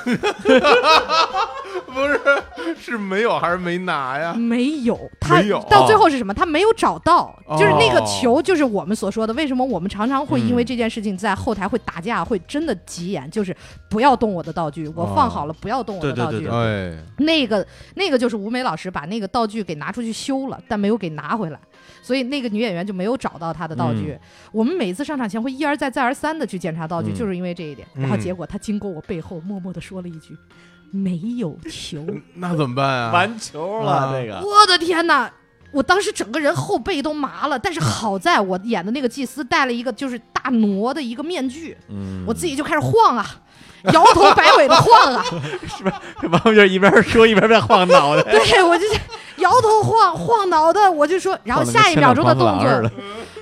不是是没有还是没拿
啊
呀？
没有。他”
没有
到
哦
最后是什么？他没有找到，
哦
就是那个球，就是我们所说的，为什么我们常常会
嗯
因为这件事情在后台会打架，会真的急眼，就是不要动我的道具，我放好了，不要动我的
哦对对
道具。
对对
哎，
那个那个就是吴梅老师把那个道具给拿出去修了，但没有给拿回来，所以那个女演员就没有找到她的道具。我们每次上场前会一而再再而三的去检查道具，
嗯嗯
就是因为这一点。
嗯
然后结果她经过我背后，默默的说了一句：“没有
[laughs]
球。
那怎么办啊？
完球
啊
了这”个，
我的天哪！我当时整个人后背都麻了，但是好在我演的那个祭司戴了一个就是大挪的一个面具，
嗯，
我自己就开始晃啊，摇头摆尾的晃啊，
[laughs] 王就一边说一边在晃脑 [laughs] 袋，
对我就是摇头晃晃脑袋，我就说，然后下一秒钟的动
晃得跟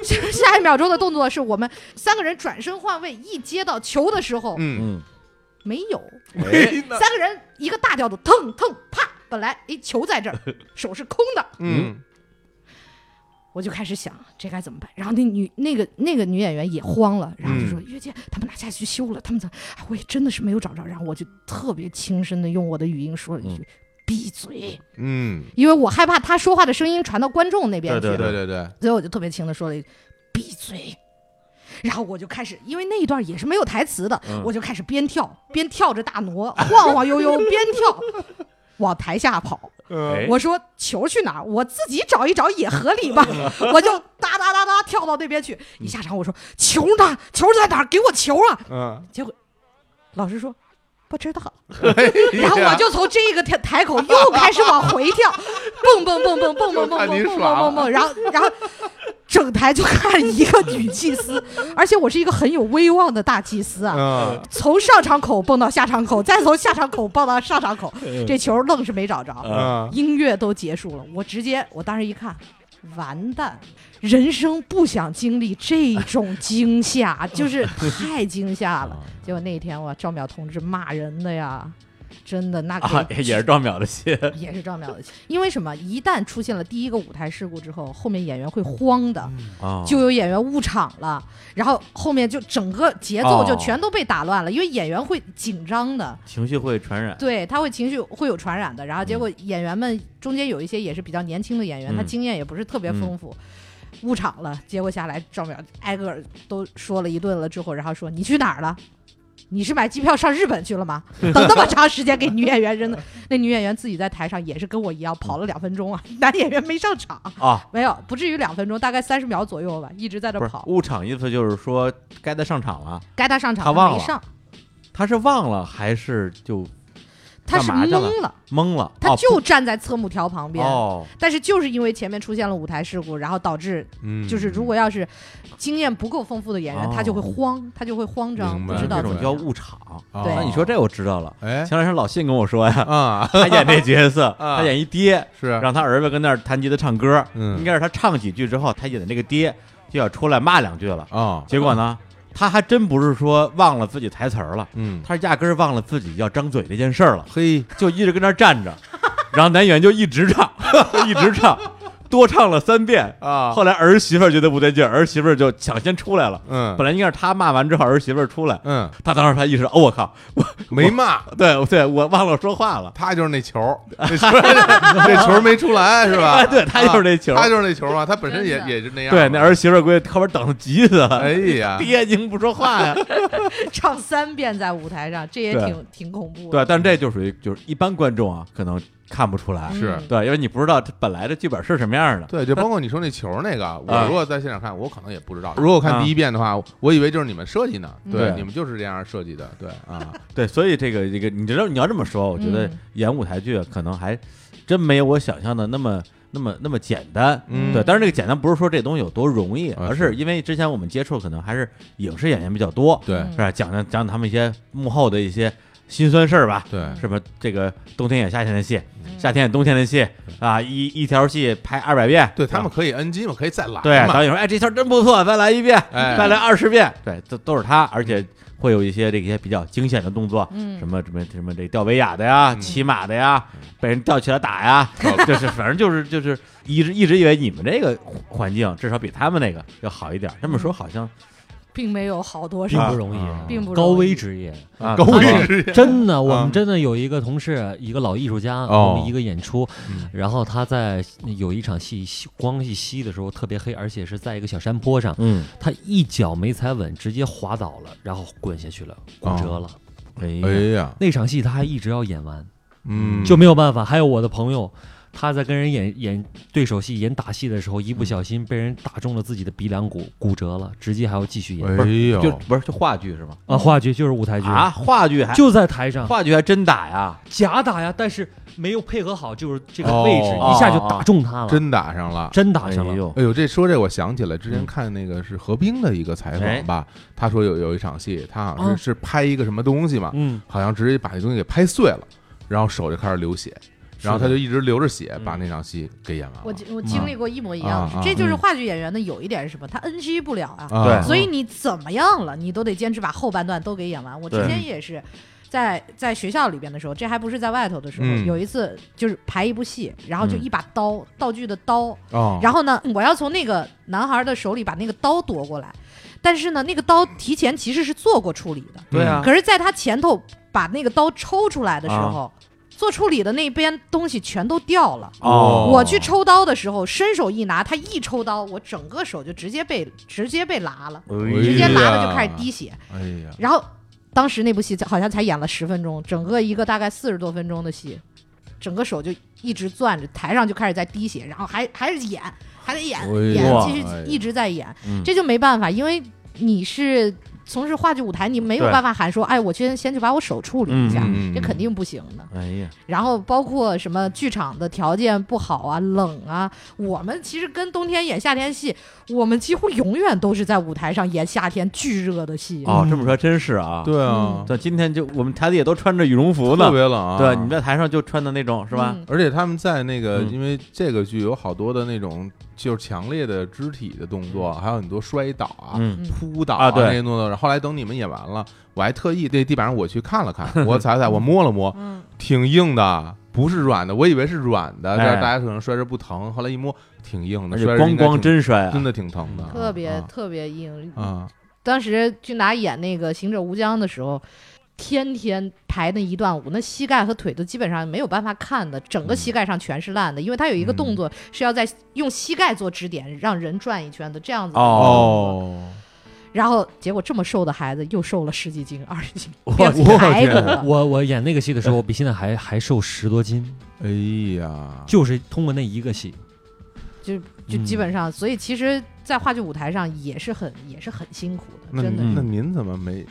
作， [laughs] 下一秒钟的动作是我们三个人转身换位，一接到球的时候、
嗯，
嗯，
没有，
[laughs]
哎
那
三个人一个大调度，腾腾啪，本来哎球
[laughs]
在这儿，手是空的，
嗯
我就开始想这该怎么办。然后那女那个那个女演员也慌了，然后就
嗯
说：“月姐，他们拿下去修了，他们咋？哎我也真的是没有找着。”然后我就特别轻声的用我的语音说了一句：“
嗯
闭嘴。”
嗯，
因为我害怕他说话的声音传到观众那边去，
对
对 [laughs] 对对，
所以我就特别轻的说了一句：“闭嘴。”然后我就开始，因为那一段也是没有台词的，
嗯
我就开始边跳边跳着大挪，晃晃悠悠边跳，往台下跑。
哎
我说球去哪儿？我自己找一找也合理吧。我就哒哒哒哒跳到那边去。一下场我说球呢？球在哪儿？给我球啊！
嗯，
老师说不知道。
然
[laughs] 然后我就从这个台台口又开始往回跳，蹦蹦蹦蹦蹦蹦蹦蹦蹦蹦蹦蹦，然后然后整台就看一个女祭司，而且我是一个很有威望的大祭司啊。
嗯，
从上场口蹦到下场口，再从下场口蹦到上场口，这球愣是没找着。
啊
嗯
音乐都结束了，我直接，我当时一看，完蛋，人生不想经历这种惊吓，
[laughs]
就是太惊吓
啊
了。结果那一天，我赵淼同志骂人的呀，真的那
啊，
给
也是赵淼的戏，
也是赵淼的，因为什么？一旦出现了第一个舞台事故之后，后面演员会慌的，
[laughs] 啊
就有演员误场了，然后后面就整个节奏就
哦
全都被打乱了，因为演员会紧张的，
情绪会传染，
对他会情绪会有传染的。然后结果演员们中间有一些也是比较年轻的演员，他
嗯
经验也不是特别丰富。误场了，结果下来赵淼挨个儿都说了一顿了之后，然后说你去哪儿了？你是买机票上日本去
[laughs]
了吗？等那么长时间给女演员扔的，那女演员自己在台上也是跟我一样跑了两
[laughs]
分钟啊，男演员没上场，
啊，
没有不至于两分钟，大概三十秒左右吧，一直在这
不是
跑。
误场意思就是说该他上场了，
该他上场
他忘
没
了
上，
他是忘了还是就
他是
干嘛去了
懵了，
懵了？
他
哦
就站在侧幕条旁
不
边，
哦，
但是就是因为前面出现了舞台事故，然后导致
嗯，
就是如果要是经验不够丰富的演员，
哦
他就会慌，他就会慌张，
明
不
白
知道
这
怎
种
么
叫
样。
误场。
哦
对
那你说这我知道了。
哎
前两天老信跟我说 [laughs] 呀，
啊
他演这角色，
啊
他演一爹，
是
让他儿子跟那儿弹吉他唱歌，
嗯
应该是他唱几句之后，他演的那个爹就要出来骂两句了。
啊
结果呢，他还真不是说忘了自己台词儿了，
嗯
他是压根儿忘了自己要张嘴这件事儿了，
嘿
就一直跟那儿站着，然后男演员就一直唱， [laughs] 就一直唱，多唱了三遍。
啊
后来儿媳妇儿觉得不对劲儿，儿媳妇儿就抢先出来了。
嗯
本来应该是他骂完之后，儿媳妇儿出来，
嗯
他当时才意识到，哦，我靠，
没骂。
对对，我忘了说话了。
他就是那球， [laughs] 那球那球没出来是
[laughs]
吧？
对他就是那球
啊他就是那球嘛，他本身也
真的
也是那样嘛。
对，那儿媳妇儿估计后边等的急死了，
哎呀，
爹您不说话
[laughs]
呀？
唱三遍在舞台上，这也
对
挺挺恐怖的。
对，但这就属于就是一般观众啊，可能看不出来，
是
嗯
对，因为你不知道他本来的剧本是什么样的。[laughs]
对，就包括你说那球那个，我
啊
如果在现场看，我可能也不知道。如果我看第一遍的话，我以为就是你们设计呢，对，
嗯对
你们就是这样设计的，对啊，
对，所以这个这个，你知道你要这么说，我觉得
嗯
演舞台剧啊可能还真没有我想象的那么那么那么简单。
嗯
对，当然这个简单不是说这东西有多容易，
啊
而
是
是因为之前我们接触可能还是影视演员比较多，
对，
嗯
是吧？讲讲讲他们一些幕后的一些心酸事儿吧？
对，
是不是这个冬天演夏天的戏，
嗯
夏天演冬天的戏啊？一一条戏拍二百遍，
对他们
啊
可以 NG 嘛，可以再来
对
嘛，
导演说，哎，这条真不错，再来一遍，
哎
再来二十遍，对，都都是他，而且会有一些这些比较惊险的动作，
嗯
什么什么什么这吊威亚的呀，
嗯
骑马的呀，被人吊起来打呀，[laughs]
哦
就是反正就是就是一直一直以为你们这个环境至少比他们那个要好一点，这么说好像
并没有好
嗯
多
并
少
不，容易，
啊
并不容易
高危职
[laughs]
业。
啊
高
可能
位置
真的，我们真的有一个同事，一个老艺术家，
哦
我们一个演出
嗯，
然后他在有一场戏西光一吸的时候特别黑，而且是在一个小山坡上，
嗯，
他一脚没踩稳，直接滑倒了，然后滚下去了，骨折了。
哎
哦哎
呀，
呀，
那场戏他还一直要演完，
嗯，
就没有办法。还有我的朋友，他在跟人演演对手戏、演打戏的时候，一不小心被人打中了自己的鼻梁骨，骨折了，直接还要继续演
哎呦，
就不是就话剧是吗？
啊。话剧就是舞
哎
台剧
啊，，话剧还
就在台上
话剧还真打呀？
假打呀，但是没有配合好，就是这个位置、
哦
一下就打中他了，
真打上了。
真打上了。
哎呦
哎呦，这说这我想起来，之前
嗯
看那个是何冰的一个采
哎
访吧，他说有有一场戏，他好像
哦
啊
是是拍一个什么东西嘛，
嗯，
好像直接把那东西给拍碎了，然后手就开始流血，然后他就一直流着血
嗯
把那场戏给演完
我
了。
经我经历过一模一样的
啊啊
事，这就是
嗯
话剧演员的有一点是什么，他 NG 不了啊，
啊
对
所以你怎么样了，你都得坚持把后半段都给演完。我之
对
前也是。在在学校里边的时候，这还不是在外头的时候，
嗯
有一次就是排一部戏，然后就
嗯
一把刀，道具的刀，
啊
哦，
然后呢，我要从那个男孩的手里把那个刀夺过来，但是呢，那个刀提前其实是做过处理的，
对啊，
可是在他前头把那个刀抽出来的时候，
啊
做处理的那边东西全都掉了。
哦，
我去抽刀的时候，伸手一拿，他一抽刀，我整个手就直接被直接被拉了，
直
哎
直接
拉
拉了就开始滴血。
哎呀，
然后当时那部戏好像才演了十分钟，整个一个大概四十多分钟的戏，整个手就一直攥着，台上就开始在滴血，然后还还是演，还得演
哎
演
哇，
继续
哎呀
一直在演，
嗯
这就没办法，因为你是从事话剧舞台，你没有
对
办法喊说，哎，我先先去把我手处理一下，
嗯嗯嗯
这肯定不行的。
哎呀，
然后包括什么剧场的条件不好啊、冷啊，我们其实跟冬天演夏天戏，我们几乎永远都是在舞台上演夏天巨热的戏。
哦，这么说真是啊，
嗯对啊，
对，今天就我们台里也都穿着羽绒服呢
特，别冷啊。
对，你们在台上就穿的那种是吧？
嗯
而且他们在那个，
嗯
因为这个剧有好多的那种就是强烈的肢体的动作，还有很多摔倒啊、
嗯
扑倒
啊对
那些动作。后来等你们演完了，我还特意对地板上我去看
[laughs]
了看，我踩踩，我摸了摸，
嗯，
挺硬的，不是软的，我以为是软的，这
哎
样大家可能摔着不疼。后来一摸，挺硬的，
而且
摔着
咣
应
咣
该挺嗯
真摔
真
啊，
的挺疼的，
特别、
啊
特别硬。
啊，
当时俊达演那个《行者无疆》的时候，天天排那一段舞，那膝盖和腿都基本上没有办法看的，整个
嗯
膝盖上全是烂的，因为他有一个动作是要在用膝盖做支点，让人转一圈的这样子的动作。
哦，
然后结果这么瘦的孩子又瘦了十几斤、二十斤，
我
变
我
排
天
骨了。
我我演那个戏的时候，我比现在还还瘦十多斤，
哎呀，
就是通过那一个 [laughs] 戏。
就就
嗯
基本上，所以其实，在话剧舞台上也是很也是很辛苦的，
那
真的
嗯
您那您怎么没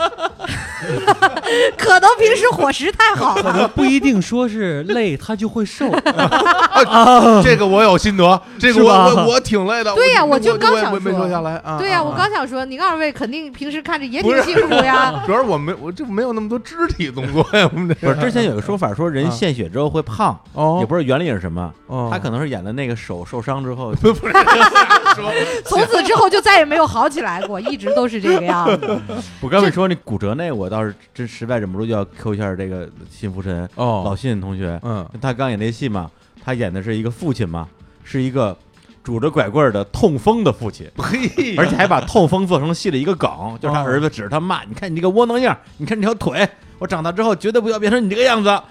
是。可能平时伙食太
[laughs]
好了，
可能呃不一定说是 [laughs] 累，他就会瘦。
呃
这个我有
[laughs]
心得，这个
是
我
吧
我我挺累的。
对呀
我
我就刚想
我也没
说
说下来啊。
对呀、
啊
我刚想说，您二位肯定平时看着也
不是
挺辛苦
[laughs]
呀。
主要是我没我这没有那么多肢体动作呀，我们
不
这
是，之前有个说法说人献血之后会胖，也
啊哦，
不知道原理是什么，他可
能
能是演的那个手受伤之后，
不是说，
从此之后就再也没有好起来过，一直都是这个样
[laughs]
子。
我刚才说那骨折那，我倒是真实在忍不住就要 Q 一下这个信福神老
哦，
信同学，
嗯，
他刚演那戏嘛，他演的是一个父亲嘛，是一个拄着拐棍儿的痛风的父亲。
嘿，
[laughs] 而且还把痛风做成戏的一个
哦
梗，就是他儿子指着他骂：“你看你这个窝囊样，你看你条腿，我长大之后绝对不要变成你这个样子。”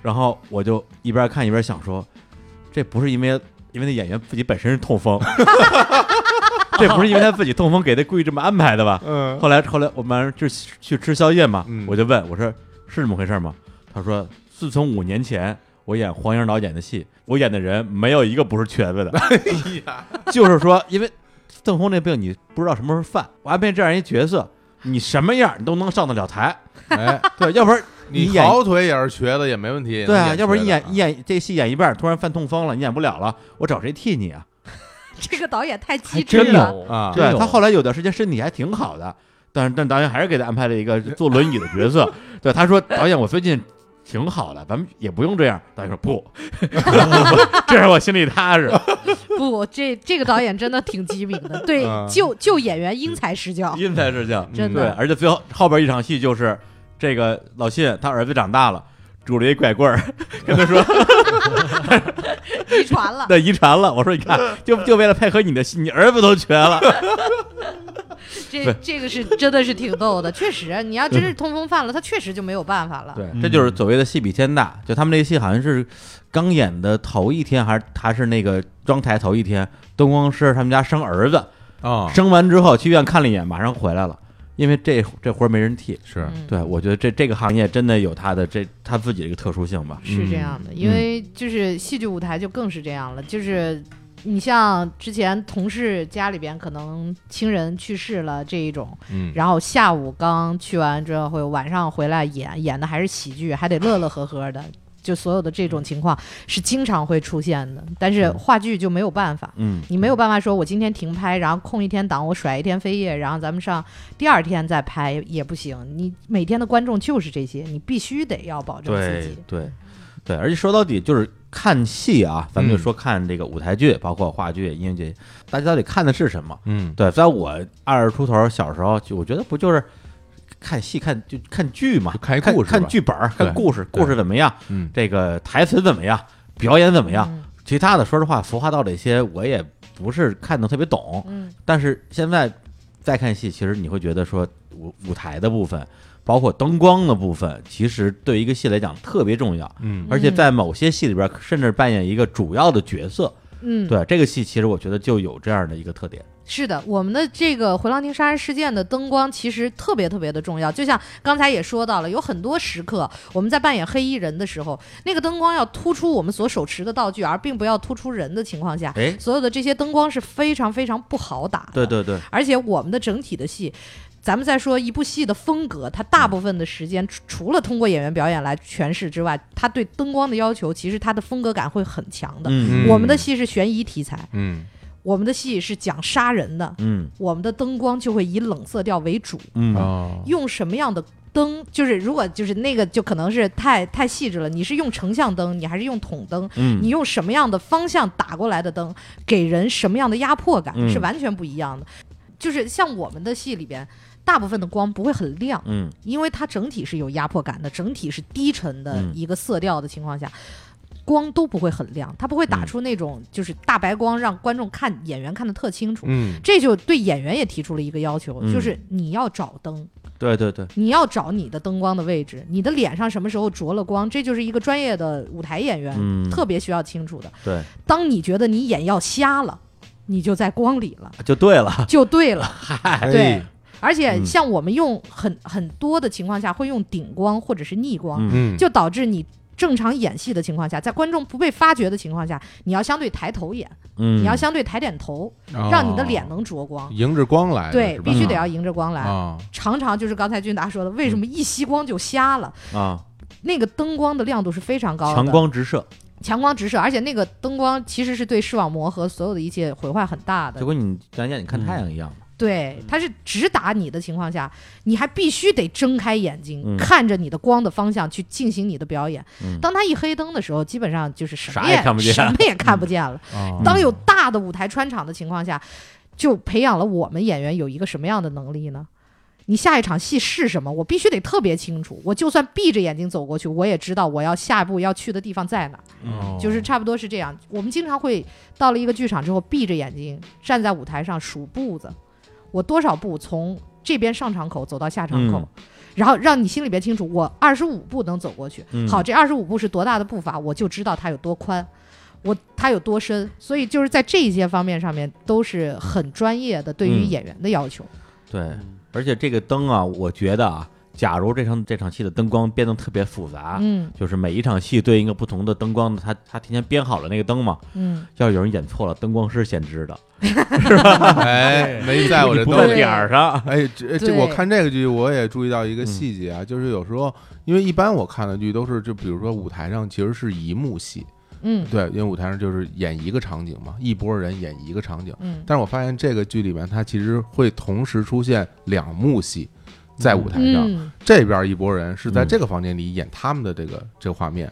然后我就一边看一边想说，这不是因为因为那演员自己本身是痛风， [laughs] 这不是因为他自己痛风给他故意这么安排的吧？
嗯，
后来后来我们就是去吃宵夜嘛，
嗯
我就问我说是这么回事吗？他说自从五年前我演黄英导演的戏，我演的人没有一个不是瘸子的。
哎呀，
[laughs] 就是说，因为邓峰这病你不知道什么时候犯，我还变这样一角色，你什么样你都能上得了台，
哎，
对，要不然
你
演
好腿也是瘸的，也没问题。
对啊，
能
要不然你
瘸的
演你演这戏演一半，突然犯痛风了，你演不了了，我找谁替你啊？
这个导演太机
还
智
真
了，
有
啊，
对
有
他后来有段时间身体还挺好的，但是但导演还是给他安排了一个坐轮椅的角色。对，他说导演，我最近挺好的，咱们也不用这样。导演说不，这让我心里踏实。
不，这这个导演真的挺机敏
[laughs]
的，对
嗯，
就就演员因材施教，
因材施教，
真
啊
对，
的
而且最后后边一场戏就是这个老信他儿子长大了。拄着一拐棍儿，跟他说
遗传了。
[laughs] 那遗传了。我说你看，就就为了配合你的戏，你儿子都瘸了。
这
对
这个是真的是挺逗的，确实，你要真是通风犯了，他确实就没有办法了。
对，
嗯
这就是所谓的戏比天大。就他们那个戏好像是刚演的头一天，还是还是那个装台头一天，灯光师他们家生儿子，
啊，
生完之后去医院看了一眼，马上回来了，因为这这活儿没人替。
是
嗯
对，我觉得这这个行业真的有它的这它自己的一个特殊性吧。
是这样的，
嗯
因为就是戏剧舞台就更是这样了，就是你像之前同事家里边可能亲人去世了这一种，
嗯，
然后下午刚去完之后，会晚上回来演演的还是喜剧，还得乐乐呵呵的，就所有的这种情况是经常会出现的，但是话剧就没有办法。
嗯，
你没有办法说，我今天停拍，然后空一天档，我甩一天飞页，然后咱们上第二天再拍也不行。你每天的观众就是这些，你必须得要保证自己
嗯对。对对，而且说到底就是看戏啊，咱们就
嗯
说看这个舞台剧，包括话剧、音乐剧，大家到底看的是什么？
嗯，
对，在我二十出头小时候，就我觉得不就是看戏看就看剧嘛
就，看一
看
故事吧
看剧本儿，看
对
故事，
对
故事怎么样，
嗯
这个台词怎么样，表演怎么样，
嗯
其他的说实话，服化道这些我也不是看的特别懂，
嗯，
但是现在再看戏，其实你会觉得说舞舞台的部分，包括灯光的部分，其实对一个戏来讲特别重要。
嗯
而且在某些戏里边，甚至扮演一个主要的角色。
嗯，
对这个戏，其实我觉得就有这样的一个特点。
是的，我们的这个回廊亭杀人事件的灯光其实特别特别的重要，就像刚才也说到了，有很多时刻我们在扮演黑衣人的时候，那个灯光要突出我们所手持的道具，而并不要突出人的情况下，
哎，
所有的这些灯光是非常非常不好打的。
对对对，
而且我们的整体的戏，咱们再说一部戏的风格，它大部分的时间除除了通过演员表演来诠释之外，它对灯光的要求，其实它的风格感会很强的。
嗯
嗯
我们的戏是悬疑题材，
嗯
我们的戏是讲杀人的，
嗯
我们的灯光就会以冷色调为主，
嗯
哦，
用什么样的？灯就是，如果就是那个，就可能是太太细致了。你是用成像灯，你还是用筒灯？
嗯，
你用什么样的方向打过来的灯，给人什么样的压迫感、
嗯
是完全不一样的。就是像我们的戏里边，大部分的光不会很亮，
嗯
因为它整体是有压迫感的，整体是低沉的
嗯
一个色调的情况下。光都不会很亮，它不会打
嗯
出那种就是大白光，让观众看演员看得特清楚。
嗯
这就对演员也提出了一个要求，
嗯
就是你要找灯，
对对对，
你要找你的灯光的位置，你的脸上什么时候着了光，这就是一个专业的舞台演员、
嗯
特别需要清楚的。
对，
当你觉得你眼要瞎了，你就在光里了，
就对
[laughs]
了，
就对了。
哎
对，而且
嗯
像我们用很很多的情况下会用顶光或者是逆光，
嗯
嗯
就导致你。正常演戏的情况下，在观众不被发觉的情况下，你要相对抬头演，
嗯，
你要相对抬点头，
哦
让你的脸能着光。
迎着光来的，
对，
是吧
必须
嗯
得要迎着光来。
啊，
常常就是刚才俊达说的，为什么一吸光就瞎了？
啊，
那个灯光的亮度是非常高的，
强光直射，
强光直射，而且那个灯光其实是对视网膜和所有的一切毁坏很大的
就。跟你咱家你看太阳一样嘛。
对，它是直打你的情况下，你还必须得睁开眼睛、
嗯
看着你的光的方向去进行你的表演。
嗯
当它一黑灯的时候，基本上就是什么
啥也看不见
什么也看不见了。
啊
当有大的舞台穿场的情况下，就培养了我们演员有一个什么样的能力呢？你下一场戏是什么？我必须得特别清楚。我就算闭着眼睛走过去，我也知道我要下一步要去的地方在哪儿。
嗯
哦
就是差不多是这样。我们经常会到了一个剧场之后，闭着眼睛站在舞台上数步子，我多少步从这边上场口走到下场口，
嗯
然后让你心里边清楚，我二十五步能走过去。
嗯
好，这二十五步是多大的步伐，我就知道它有多宽。我它有多深，所以就是在这一些方面上面都是很专业的，对于
嗯
演员的要求。
对，而且这个灯啊，我觉得啊，假如这场这场戏的灯光编得特别复杂，
嗯
就是每一场戏对应一个不同的灯光，他他提前编好了那个灯嘛，
嗯，
要有人演错了，灯光师先知道，
哎，没在我这
不
兜
在
里。
点儿上。
哎，这这
对嗯
我看这个剧，我也注意到一个细节啊，就是有时候，因为一般我看的剧都是，就比如说舞台上其实是一幕戏，
嗯
对，因为舞台上就是演一个场景嘛，一拨人演一个场景。
嗯，
但是我发现这个剧里面，它其实会同时出现两幕戏在舞台上，
嗯
这边一拨人是在
嗯
这个房间里演他们的这个这个画面，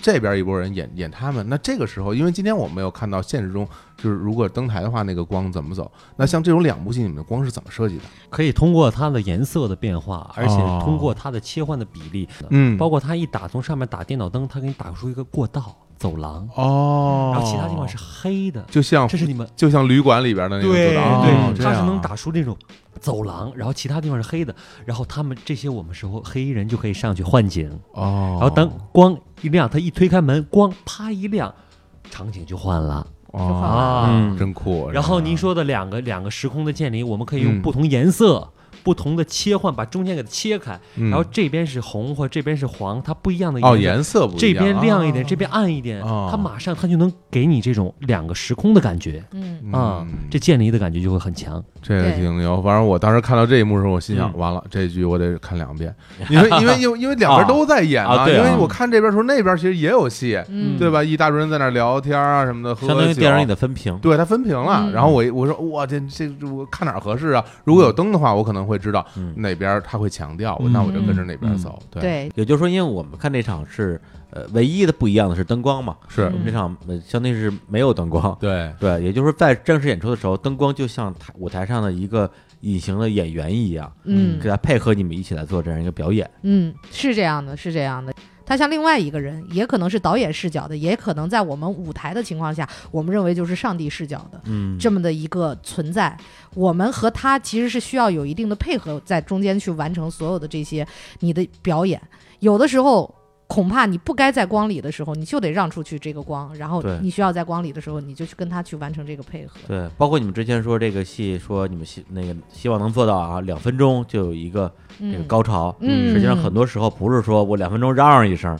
这边一拨人演演他们。那这个时候，因为今天我没有看到现实中，就是如果登台的话，那个光怎么走？那像这种两部戏，你们的光是怎么设计的？
可以通过它的颜色的变化，而且
哦
通过它的切换的比例，
嗯
包括它一打从上面打电脑灯，它给你打出一个过道、走廊，
哦
然后其他地方是黑的，
就像
这是你们
就像旅馆里边的那种走廊，
对
哦这
它是
样
能
啊
打出那种走廊，然后其他地方是黑的，然后他们这些我们时候黑衣人就可以上去换景，
哦，
然后灯光一亮，他一推开门，光啪一亮，场景就换了
哦，
啊。
嗯
真酷。
然后
这
您
样
说的两个两个时空的建立，我们可以用
嗯
不同颜色、不同的切换，把中间给它切开，
嗯
然后这边是红或者这边是黄，它不一样的
哦
颜色。
颜色不一
这
样
边亮一点，
哦
这边暗一点，
哦
它马上它就能给你这种两个时空的感觉
嗯，
啊
嗯，
这建立的感觉就会很强。
这个
对
挺牛。反正我当时看到这一幕的时候，我心想，
嗯
完了，这剧我得看两遍，因为因为因为因为两边都在演
啊对
因
啊
为我看这边的时候，那边其实也有戏，
嗯
对吧？一大堆人在那聊天啊什么的，喝
相当于
酒
电影里的分屏。
对它分屏了，
嗯
然后我我说哇，这这这我看哪儿合适啊？如果有灯的话，我可能会知道
嗯
哪边它会强调，我
嗯
那我就跟着哪边走。对，
对，
也就是说，因为我们看这场是呃唯一的不一样的是灯光嘛，
是
嗯
我，们这场呃相当于是没有灯光。
对，
对，也就是说在正式演出的时候，灯光就像台舞台上的一个隐形的演员一样，
嗯
给他配合你们一起来做这样一个表演。
嗯，是这样的，是这样的。他像另外一个人，也可能是导演视角的，也可能在我们舞台的情况下，我们认为就是上帝视角的
嗯，
这么的一个存在。我们和他其实是需要有一定的配合，在中间去完成所有的这些你的表演。有的时候。恐怕你不该在光里的时候，你就得让出去这个光，然后
对
你需要在光里的时候，你就去跟他去完成这个配合。
对，包括你们之前说这个戏，说你们希那个希望能做到啊，两分钟就有一个这个
嗯，
高潮。
嗯，
实际上很多时候不是说我两分钟嚷嚷一
[laughs]
声，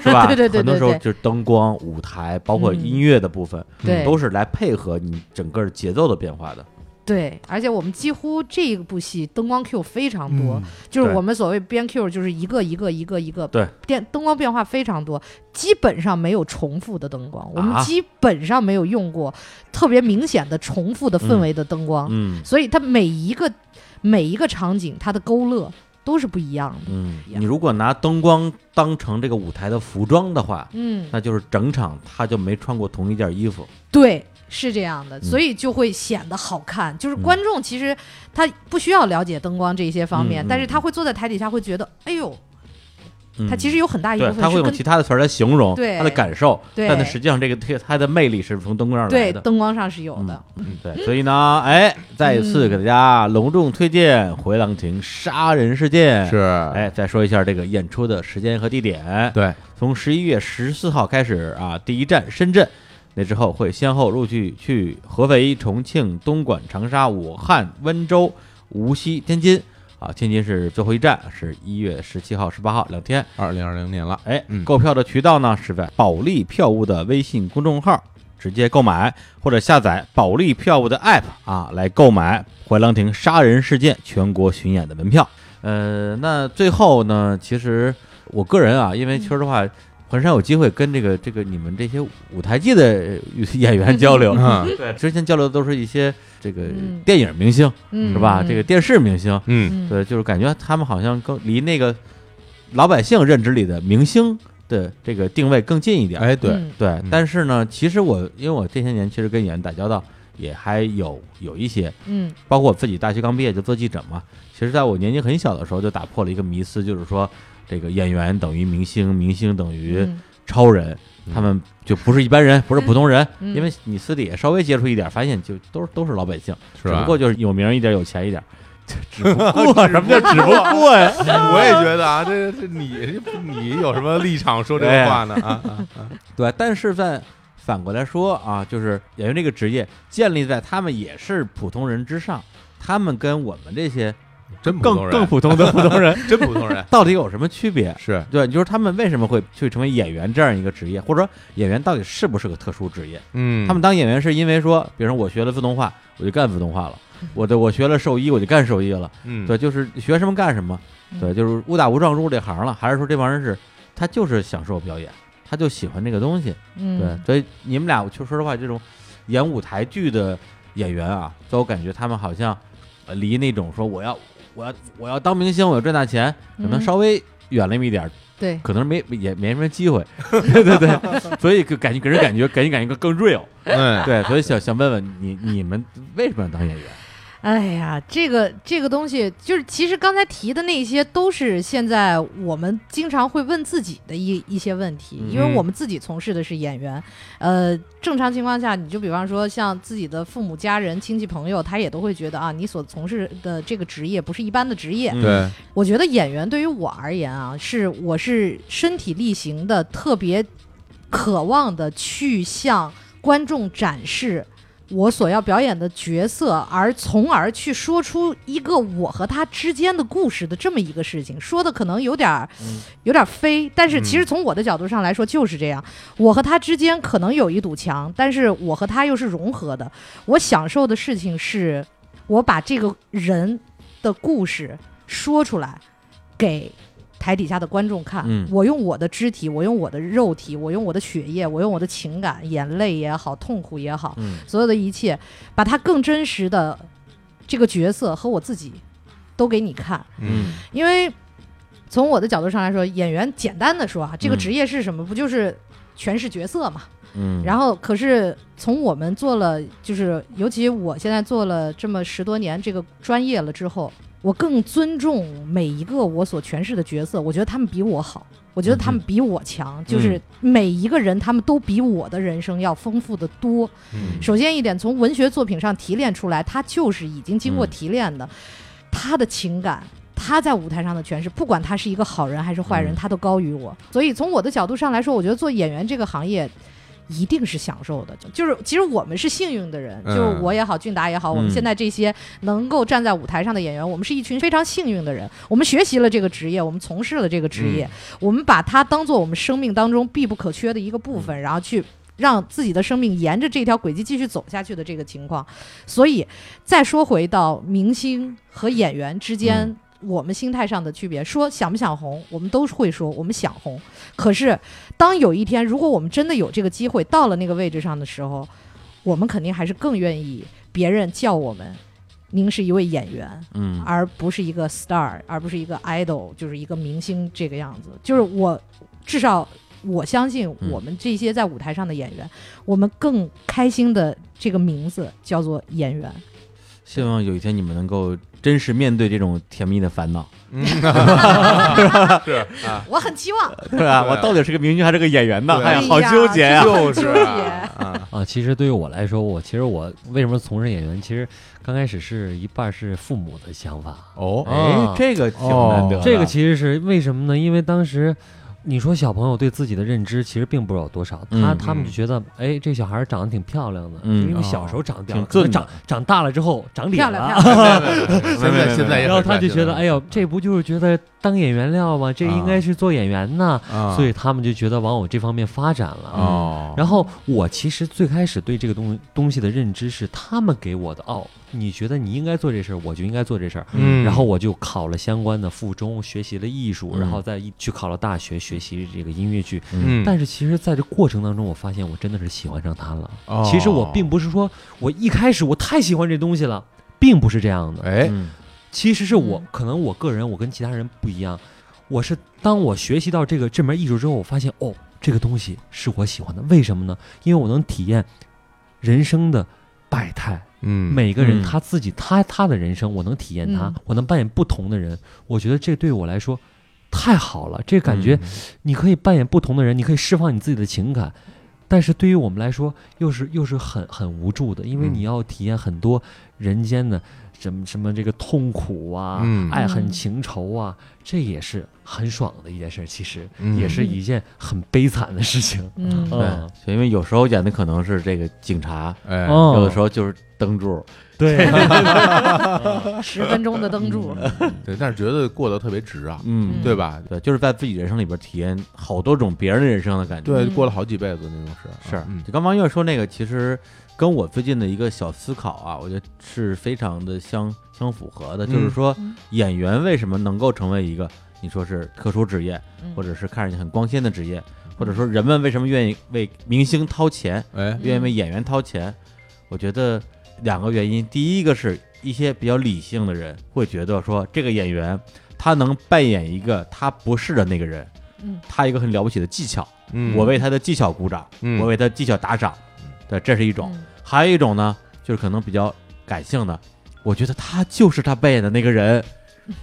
是吧？
对对对
很多
对
时候
对
就是灯光、舞台，包括
嗯
音乐的部分，
对
都是来配合你整个节奏的变化的。
对，而且我们几乎这部戏灯光 Q 非常多，
嗯
就是
对
我们所谓编 Q，就是一个一个一个一个，
对，
电灯光变化非常多，基本上没有重复的灯光，我
啊
们基本上没有用过特别明显的重复的氛围的灯光，
嗯
所以它每一个每一个场景它的勾勒都是不一样的。
嗯，你如果拿灯光当成这个舞台的服装的话，
嗯，
那就是整场他就没穿过同一件衣服。
对，是这样的，
嗯
所以就会显得好看。就是观众其实他不需要了解灯光这些方面，
嗯嗯
但是他会坐在台底下会觉得，哎呦，
嗯、
他其实有很大一部
对
分
他会
是
用
跟
其他的词儿来形容
对
他的感受，
对
但呢，实际上这个这个它的魅力是从灯光上来
对
的。
灯光上是有的。
嗯对，所以呢，哎，再一
嗯
次给大家隆重推荐《回廊亭杀人事件》。
是，，
哎，再说一下这个演出的时间和地点。
对，
从十一月十四号开始啊，第一站深圳，那之后会先后陆续去合肥、重庆、东莞、长沙、武汉、温州、无锡、天津。啊，天津是最后一站，是一月十七号、十八号两天。
二零二零年了，
哎
嗯，
购票的渠道呢是在保利票务的微信公众号直接购买，或者下载保利票务的 app 啊来购买《怀郎亭杀人事件》全国巡演的门票。呃，那最后呢，其实我个人啊，因为说实话。很少有机会跟这个这个你们这些舞台剧的呃 [laughs] 演员交流，
嗯
对，之前交流都是一些这个
嗯
电影明星、
嗯，
是吧？
嗯
这个电视明星，
嗯，
嗯，
对，就是感觉他们好像更离那个老百姓认知里的明星的这个定位更近一点。
哎，对，
嗯，
对，但是呢，其实我因为我这些年其实跟演员打交道也还有有一些，
嗯
包括我自己大学刚毕业就做记者嘛。其实在我年纪很小的时候就打破了一个迷思，就是说这个演员等于明星，明星等于
嗯
超人。
嗯
他们就不是一般人，不是普通人，
嗯
因为你私底下稍微接触一点，发现就都是都是老百姓，只
是吧？
不过就是有名一点，有钱一点， [laughs] 只不 [laughs] 过什么叫只不过呀？
我也觉得啊，这这你你有什么立场说这个话呢？啊啊，啊
[laughs] 对，但是在反过来说啊，就是演员这个职业建立在他们也是普通人之上，他们跟我们这些
真普
更
通人，
更普通的普通人
真普通人，
到底有什么区别？
是
对，你就是他们为什么会去成为演员这样一个职业，或者说演员到底是不是个特殊职业？
嗯，
他们当演员是因为说，比如说我学了自动化，我就干自动化了；我的我学了兽医，我就干兽医了。
嗯
对，就是学什么
嗯
干什么。对，就是误打误撞入这行了，还是说这帮人是他就是享受表演？他就喜欢这个东西。对
嗯，，
所以你们俩，就说实话，这种演舞台剧的演员啊，在我感觉他们好像呃离那种说我要我要我要当明星，我要赚大钱，可能
嗯
稍微远了那么一点儿，
对，
可能没也没什么机
[laughs]
会。对对对，所以就感觉给人感觉给人感觉更 real。
哎，
对，所以想想问问你，你们为什么要当演员？
哎呀，这个这个东西，就是其实刚才提的那些，都是现在我们经常会问自己的一一些问题，因为
嗯
我们自己从事的是演员，呃，正常情况下，你就比方说像自己的父母、家人、亲戚、朋友，他也都会觉得啊，你所从事的这个职业不是一般的职业。
嗯
对，
我觉得演员对于我而言啊，是我是身体力行的，特别渴望的去向观众展示我所要表演的角色，而从而去说出一个我和他之间的故事的这么一个事情。说的可能有点儿
嗯
有点儿飞，但是
嗯
其实从我的角度上来说就是这样。我和他之间可能有一堵墙，但是我和他又是融合的。我享受的事情是，我把这个人的故事说出来，给台底下的观众看。
嗯
我用我的肢体，我用我的肉体，我用我的血液，我用我的情感，眼泪也好，痛苦也好，
嗯
所有的一切，把它更真实的这个角色和我自己都给你看。
嗯，
因为从我的角度上来说，演员简单的说啊，这个
嗯
职业是什么？不就是诠释角色嘛？
嗯，
然后，可是从我们做了，就是尤其我现在做了这么十多年这个专业了之后，我更尊重每一个我所诠释的角色。我觉得他们比我好，我觉得他们比我强，就是每一个人他们都比我的人生要丰富的多。
嗯
首先一点，从文学作品上提炼出来，他就是已经经过提炼的，他的情感。他在舞台上的诠释，不管他是一个好人还是坏人，
嗯
他都高于我。所以从我的角度上来说，我觉得做演员这个行业一定是享受的。就就是其实我们是幸运的人，
嗯
就是我也好，俊达也好，我们
嗯
现在这些能够站在舞台上的演员，我们是一群非常幸运的人。我们学习了这个职业，我们从事了这个职业，我们把它当做我们生命当中必不可缺的一个部分，然后去让自己的生命沿着这条轨迹继续走下去的这个情况。所以，再说回到明星和演员之间。
嗯
我们心态上的区别，说想不想红，我们都会说我们想红。可是，当有一天如果我们真的有这个机会到了那个位置上的时候，我们肯定还是更愿意别人叫我们“您是一位演员”，
嗯
而不是一个 star，而不是一个 idol，就是一个明星这个样子。就是我，至少我相信
嗯
我们这些在舞台上的演员，我们更开心的这个名字叫做演员。
希望有一天你们能够真实面对这种甜蜜的烦恼，
嗯，是啊，
我很期望，
[laughs] 对啊吧？我到底是个明星还是个演员呢？
对
哎呀，好纠结呀！
就是啊啊，
[laughs] 啊，其实对于我来说，我其实我为什么从事演员？其实刚开始是一半儿是父母的想法，
哦
哎，这个挺难得的，
这个其实是为什么呢？因为当时你说小朋友对自己的认知其实并不是有多少，他
嗯
他们
嗯
就觉得，哎，这小孩儿长得挺漂亮的，
嗯
因为小时候长得
挺
漂亮，可能
俊的
长长大了之后长脸
漂
了。 [laughs]
啊
亮漂亮，
现在现在也很帅，
然后他就觉得，哎
呀，
呦，这不就是觉得当演员料吗？这
啊
应该是做演员呐，
啊
所以他们就觉得往我这方面发展
啊
了。啊
哦，
然后我其实最开始对这个东东西的认知是他们给我的哦，你觉得你应该做这事儿，我就应该做这事儿。
嗯
然后我就考了相关的附中，学习了艺术，
嗯
然后再一去考了大学，学习这个音乐剧。
嗯，
但是其实在这过程当中，我发现我真的是喜欢上它了。
哦
其实我并
不，
不是说我一开始我太喜欢这东西了，并不是这样的。
哎，
嗯
其实是我
嗯
可能我个人我跟其他人不一样，我是当我学习到这个这门艺术之后，我发现哦，这个东西是我喜欢的。为什么呢？因为我能体验人生的百态，
嗯，
每个
嗯
人他自己他他的人生，我能体验他，
嗯
我能扮演不同的人，我觉得这对我来说太好了。这感
嗯
觉你可以扮演不同的人，你可以释放你自己的情感，但是对于我们来说，又是又是很很无助的，因为
嗯
你要体验很多人间的什么什么这个痛苦啊、
嗯
爱恨
嗯
情仇啊，这也是很爽的一件事，其实、
嗯
也是一件很悲惨的事情。
嗯，
对，哎就因为有时候演的可能是这个警察，
哎，
哦
有的时候就是灯柱，
对，
[laughs]
十分钟的灯柱，
对，但是觉得过得特别值啊，
嗯，
对吧？
对，就是在自己人生里边体验好多种别人的人生的感觉。
对，
嗯
过了好几辈子那种事，
是
嗯，
就刚王月说那个，其实跟我最近的一个小思考啊，我觉得是非常的相相符合的，就是
嗯
说
嗯
演员为什么能够成为一个你说是特殊职业，
嗯
或者是看上去很光鲜的职业，或者说人们为什么愿意为明星掏钱，
哎，
愿意
嗯
为演员掏钱，我觉得两个原因，第一个是一些比较理性的人会觉得说这个演员他能扮演一个他不是的那个人，
嗯
他一个很了不起的技巧，
嗯，
我为他的技巧鼓掌，
嗯
我为他技巧打赏，对，这是一种。
嗯
还有一种呢，就是可能比较感性的，我觉得他就是他扮演的那个人，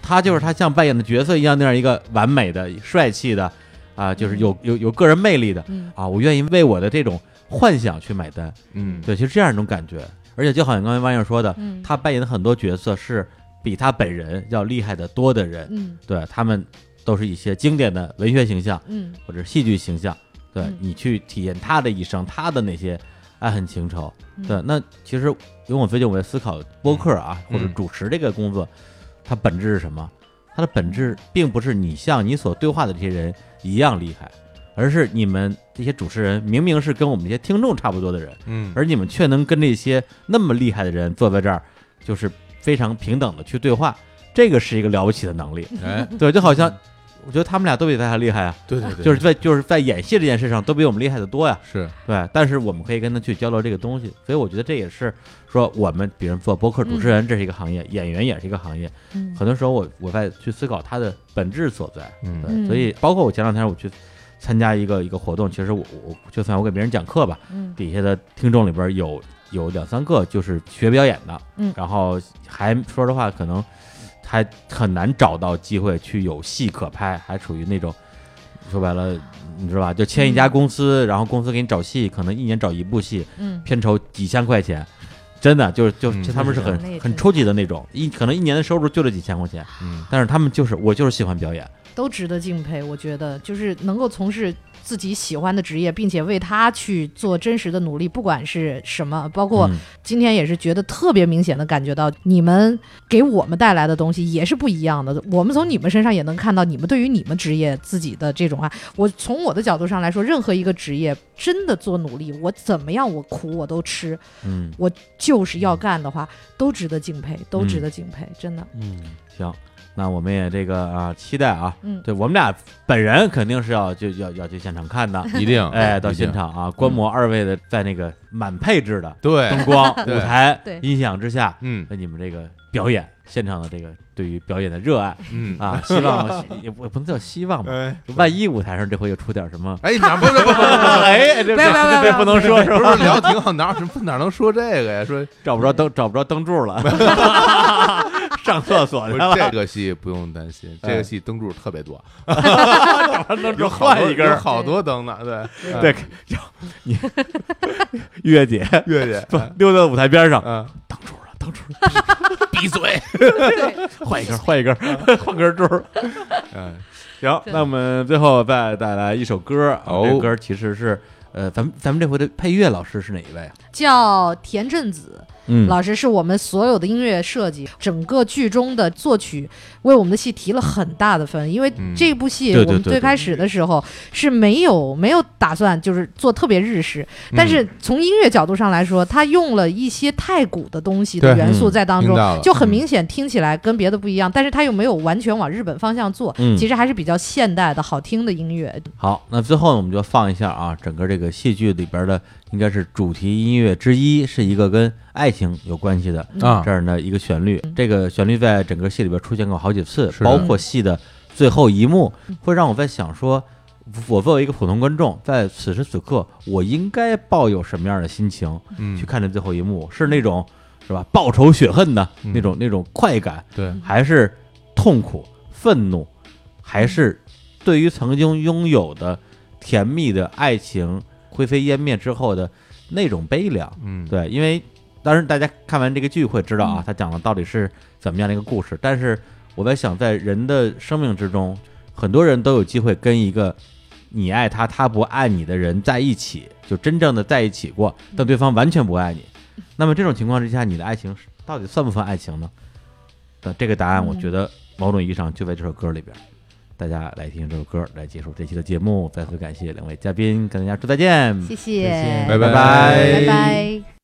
他就是他像扮演的角色一样那样一个完美的、帅气的，啊、就是有有有个人魅力的
嗯
啊，我愿意为我的这种幻想去买单。
嗯，
对，其实这样一种感觉，而且就好像刚才王颖说的，
嗯
啊他扮演的很多角色是比他本人要厉害的多的人，
嗯
对他们都是一些经典的文学形象。
嗯
或者戏剧形象，对、
嗯
你去体验他的一生，他的那些爱恨情仇。
嗯
对，那其实因为我最近我在思考播客啊，
嗯
或者主持这个工作，它本质是什么？它的本质并不是你像你所对话的这些人一样厉害，而是你们这些主持人明明是跟我们这些听众差不多的人，
嗯，
而你们却能跟那些那么厉害的人坐在这儿，就是非常平等的去对话，这个是一个了不起的能力。
哎，
对，就好像我觉得他们俩都比他还厉害啊。
对对对，
就是在就是在演戏这件事上都比我们厉害的多呀，
是，
对。但是我们可以跟他去交流这个东西，所以我觉得这也是说我们，比如做播客主持人，这是一个行业，演员也是一个行业。
嗯
很多时候我我在去思考它的本质所在，
嗯
对。
嗯
所以包括我前两天我去参加一个一个活动，其实我我就算我给别人讲课吧，
嗯
底下的听众里边有有两三个就是学表演的，
嗯
然后还呃说实话可能还很难找到机会去有戏可拍，还处于那种说白了，你知道吧？就签一家公司，然后公司给你找戏，可能一年找一部戏，
嗯
片酬几千块钱。真的就是就
嗯
就他们是
那
很
也
很
真
初级的那种，一可能一年的收入就这几千块钱，
嗯
[laughs] 但是他们就是我就是喜欢表演，
都值得敬佩。我觉得，就是能够从事自己喜欢的职业，并且为他去做真实的努力，不管是什么，包括
嗯
今天也是觉得特别明显的感觉到，你们给我们带来的东西也是不一样的。我们从你们身上也能看到你们对于你们职业自己的这种爱。我从我的角度上来说，任何一个职业真的做努力，我怎么样，我苦我都吃，
嗯，
就是要干的话，都值得敬佩，都值得敬佩，真的。
嗯，
行，那我们也这个啊，期待啊，
嗯
对我们俩本人肯定是要就要要去现场看的，
一定，
哎，到
啊一定
现，场啊，观摩二位的在那个满配置的
对
灯，光、
对
舞台
对、
音响之下，
嗯
那你们这个表演现场的这个对于表演的热爱
嗯，
啊，希望也不也不能叫希望吧，
哎，，
万一舞台上这回又出点什么
哎，你哪不是不是不
[laughs]
是
哎，这
不要不要不要
这不能说是
不
吧？
是聊挺好，哪有什么哪能说这个呀？
[laughs]
说
找不着灯，找不着灯柱了， [laughs] 上厕所去
不是
了，
这个戏不用担心，这
哎
个戏灯柱特别多，
灯
有
柱
好多
换一根
有
儿，
好多灯呢。对啊
对，就你月姐
[laughs] 月月，
不溜到舞台边上，
嗯，
当主了，当主了，
闭嘴，
[laughs] 换一根儿，换一
[laughs]
根儿，换根儿柱儿。
嗯，
行，那我们最后再带来一首歌儿，啊
哦
这个歌儿其实是呃，咱们咱们这回的配乐老师是哪一位啊？
叫田震子，
嗯
老师是我们所有的音乐设计，整个剧中的作曲为我们的戏提了很大的分，因为
嗯
这部戏
对对
我们
对
最
对
开始的时候是没有没有打算就是做特别日式，
嗯
但是从音乐角度上来说，它用了一些太古的东西的
对
元素
嗯
在当
听
中，
到了，
就很明显听起来跟别的不一样，但是它又没有完全往日本方向做，
嗯
其实还是比较现代的好听的音乐，
好，那最后呢，我们就放一下啊，整个这个戏剧里边的应该是主题音乐之一，是一个跟爱情有关系的
嗯啊
这，样的一个旋律。这个旋律在整个戏里边出现过好几次，
是的
包括戏的最后一幕，
嗯
会让我在想说，我作为一个普通观众，在此时此刻，我应该抱有什么样的心情 [laughs]
嗯
去，看这最后一幕？是那种是吧报仇雪恨的
嗯
那种那种快感，
对，
还是痛苦、愤怒，还是对于曾经拥有的甜蜜的爱情灰飞烟灭之后的那种悲凉？
嗯，
对，因为当然大家看完这个剧会知道啊，他讲的到底是怎么样的一个故事。但是我在想，在人的生命之中，很多人都有机会跟一个你爱他，他不爱你的人在一起，就真正的在一起过，但对方完全不爱你。那么这种情况之下，你的爱情是到底算不算爱情呢？那这个答案，我觉得某种意义上就在这首歌里边。大家来听这首歌，来结束这期的节目。再次感谢两位嘉宾，跟大家说再见，
谢
谢
谢，
拜
拜
拜
拜拜
嗯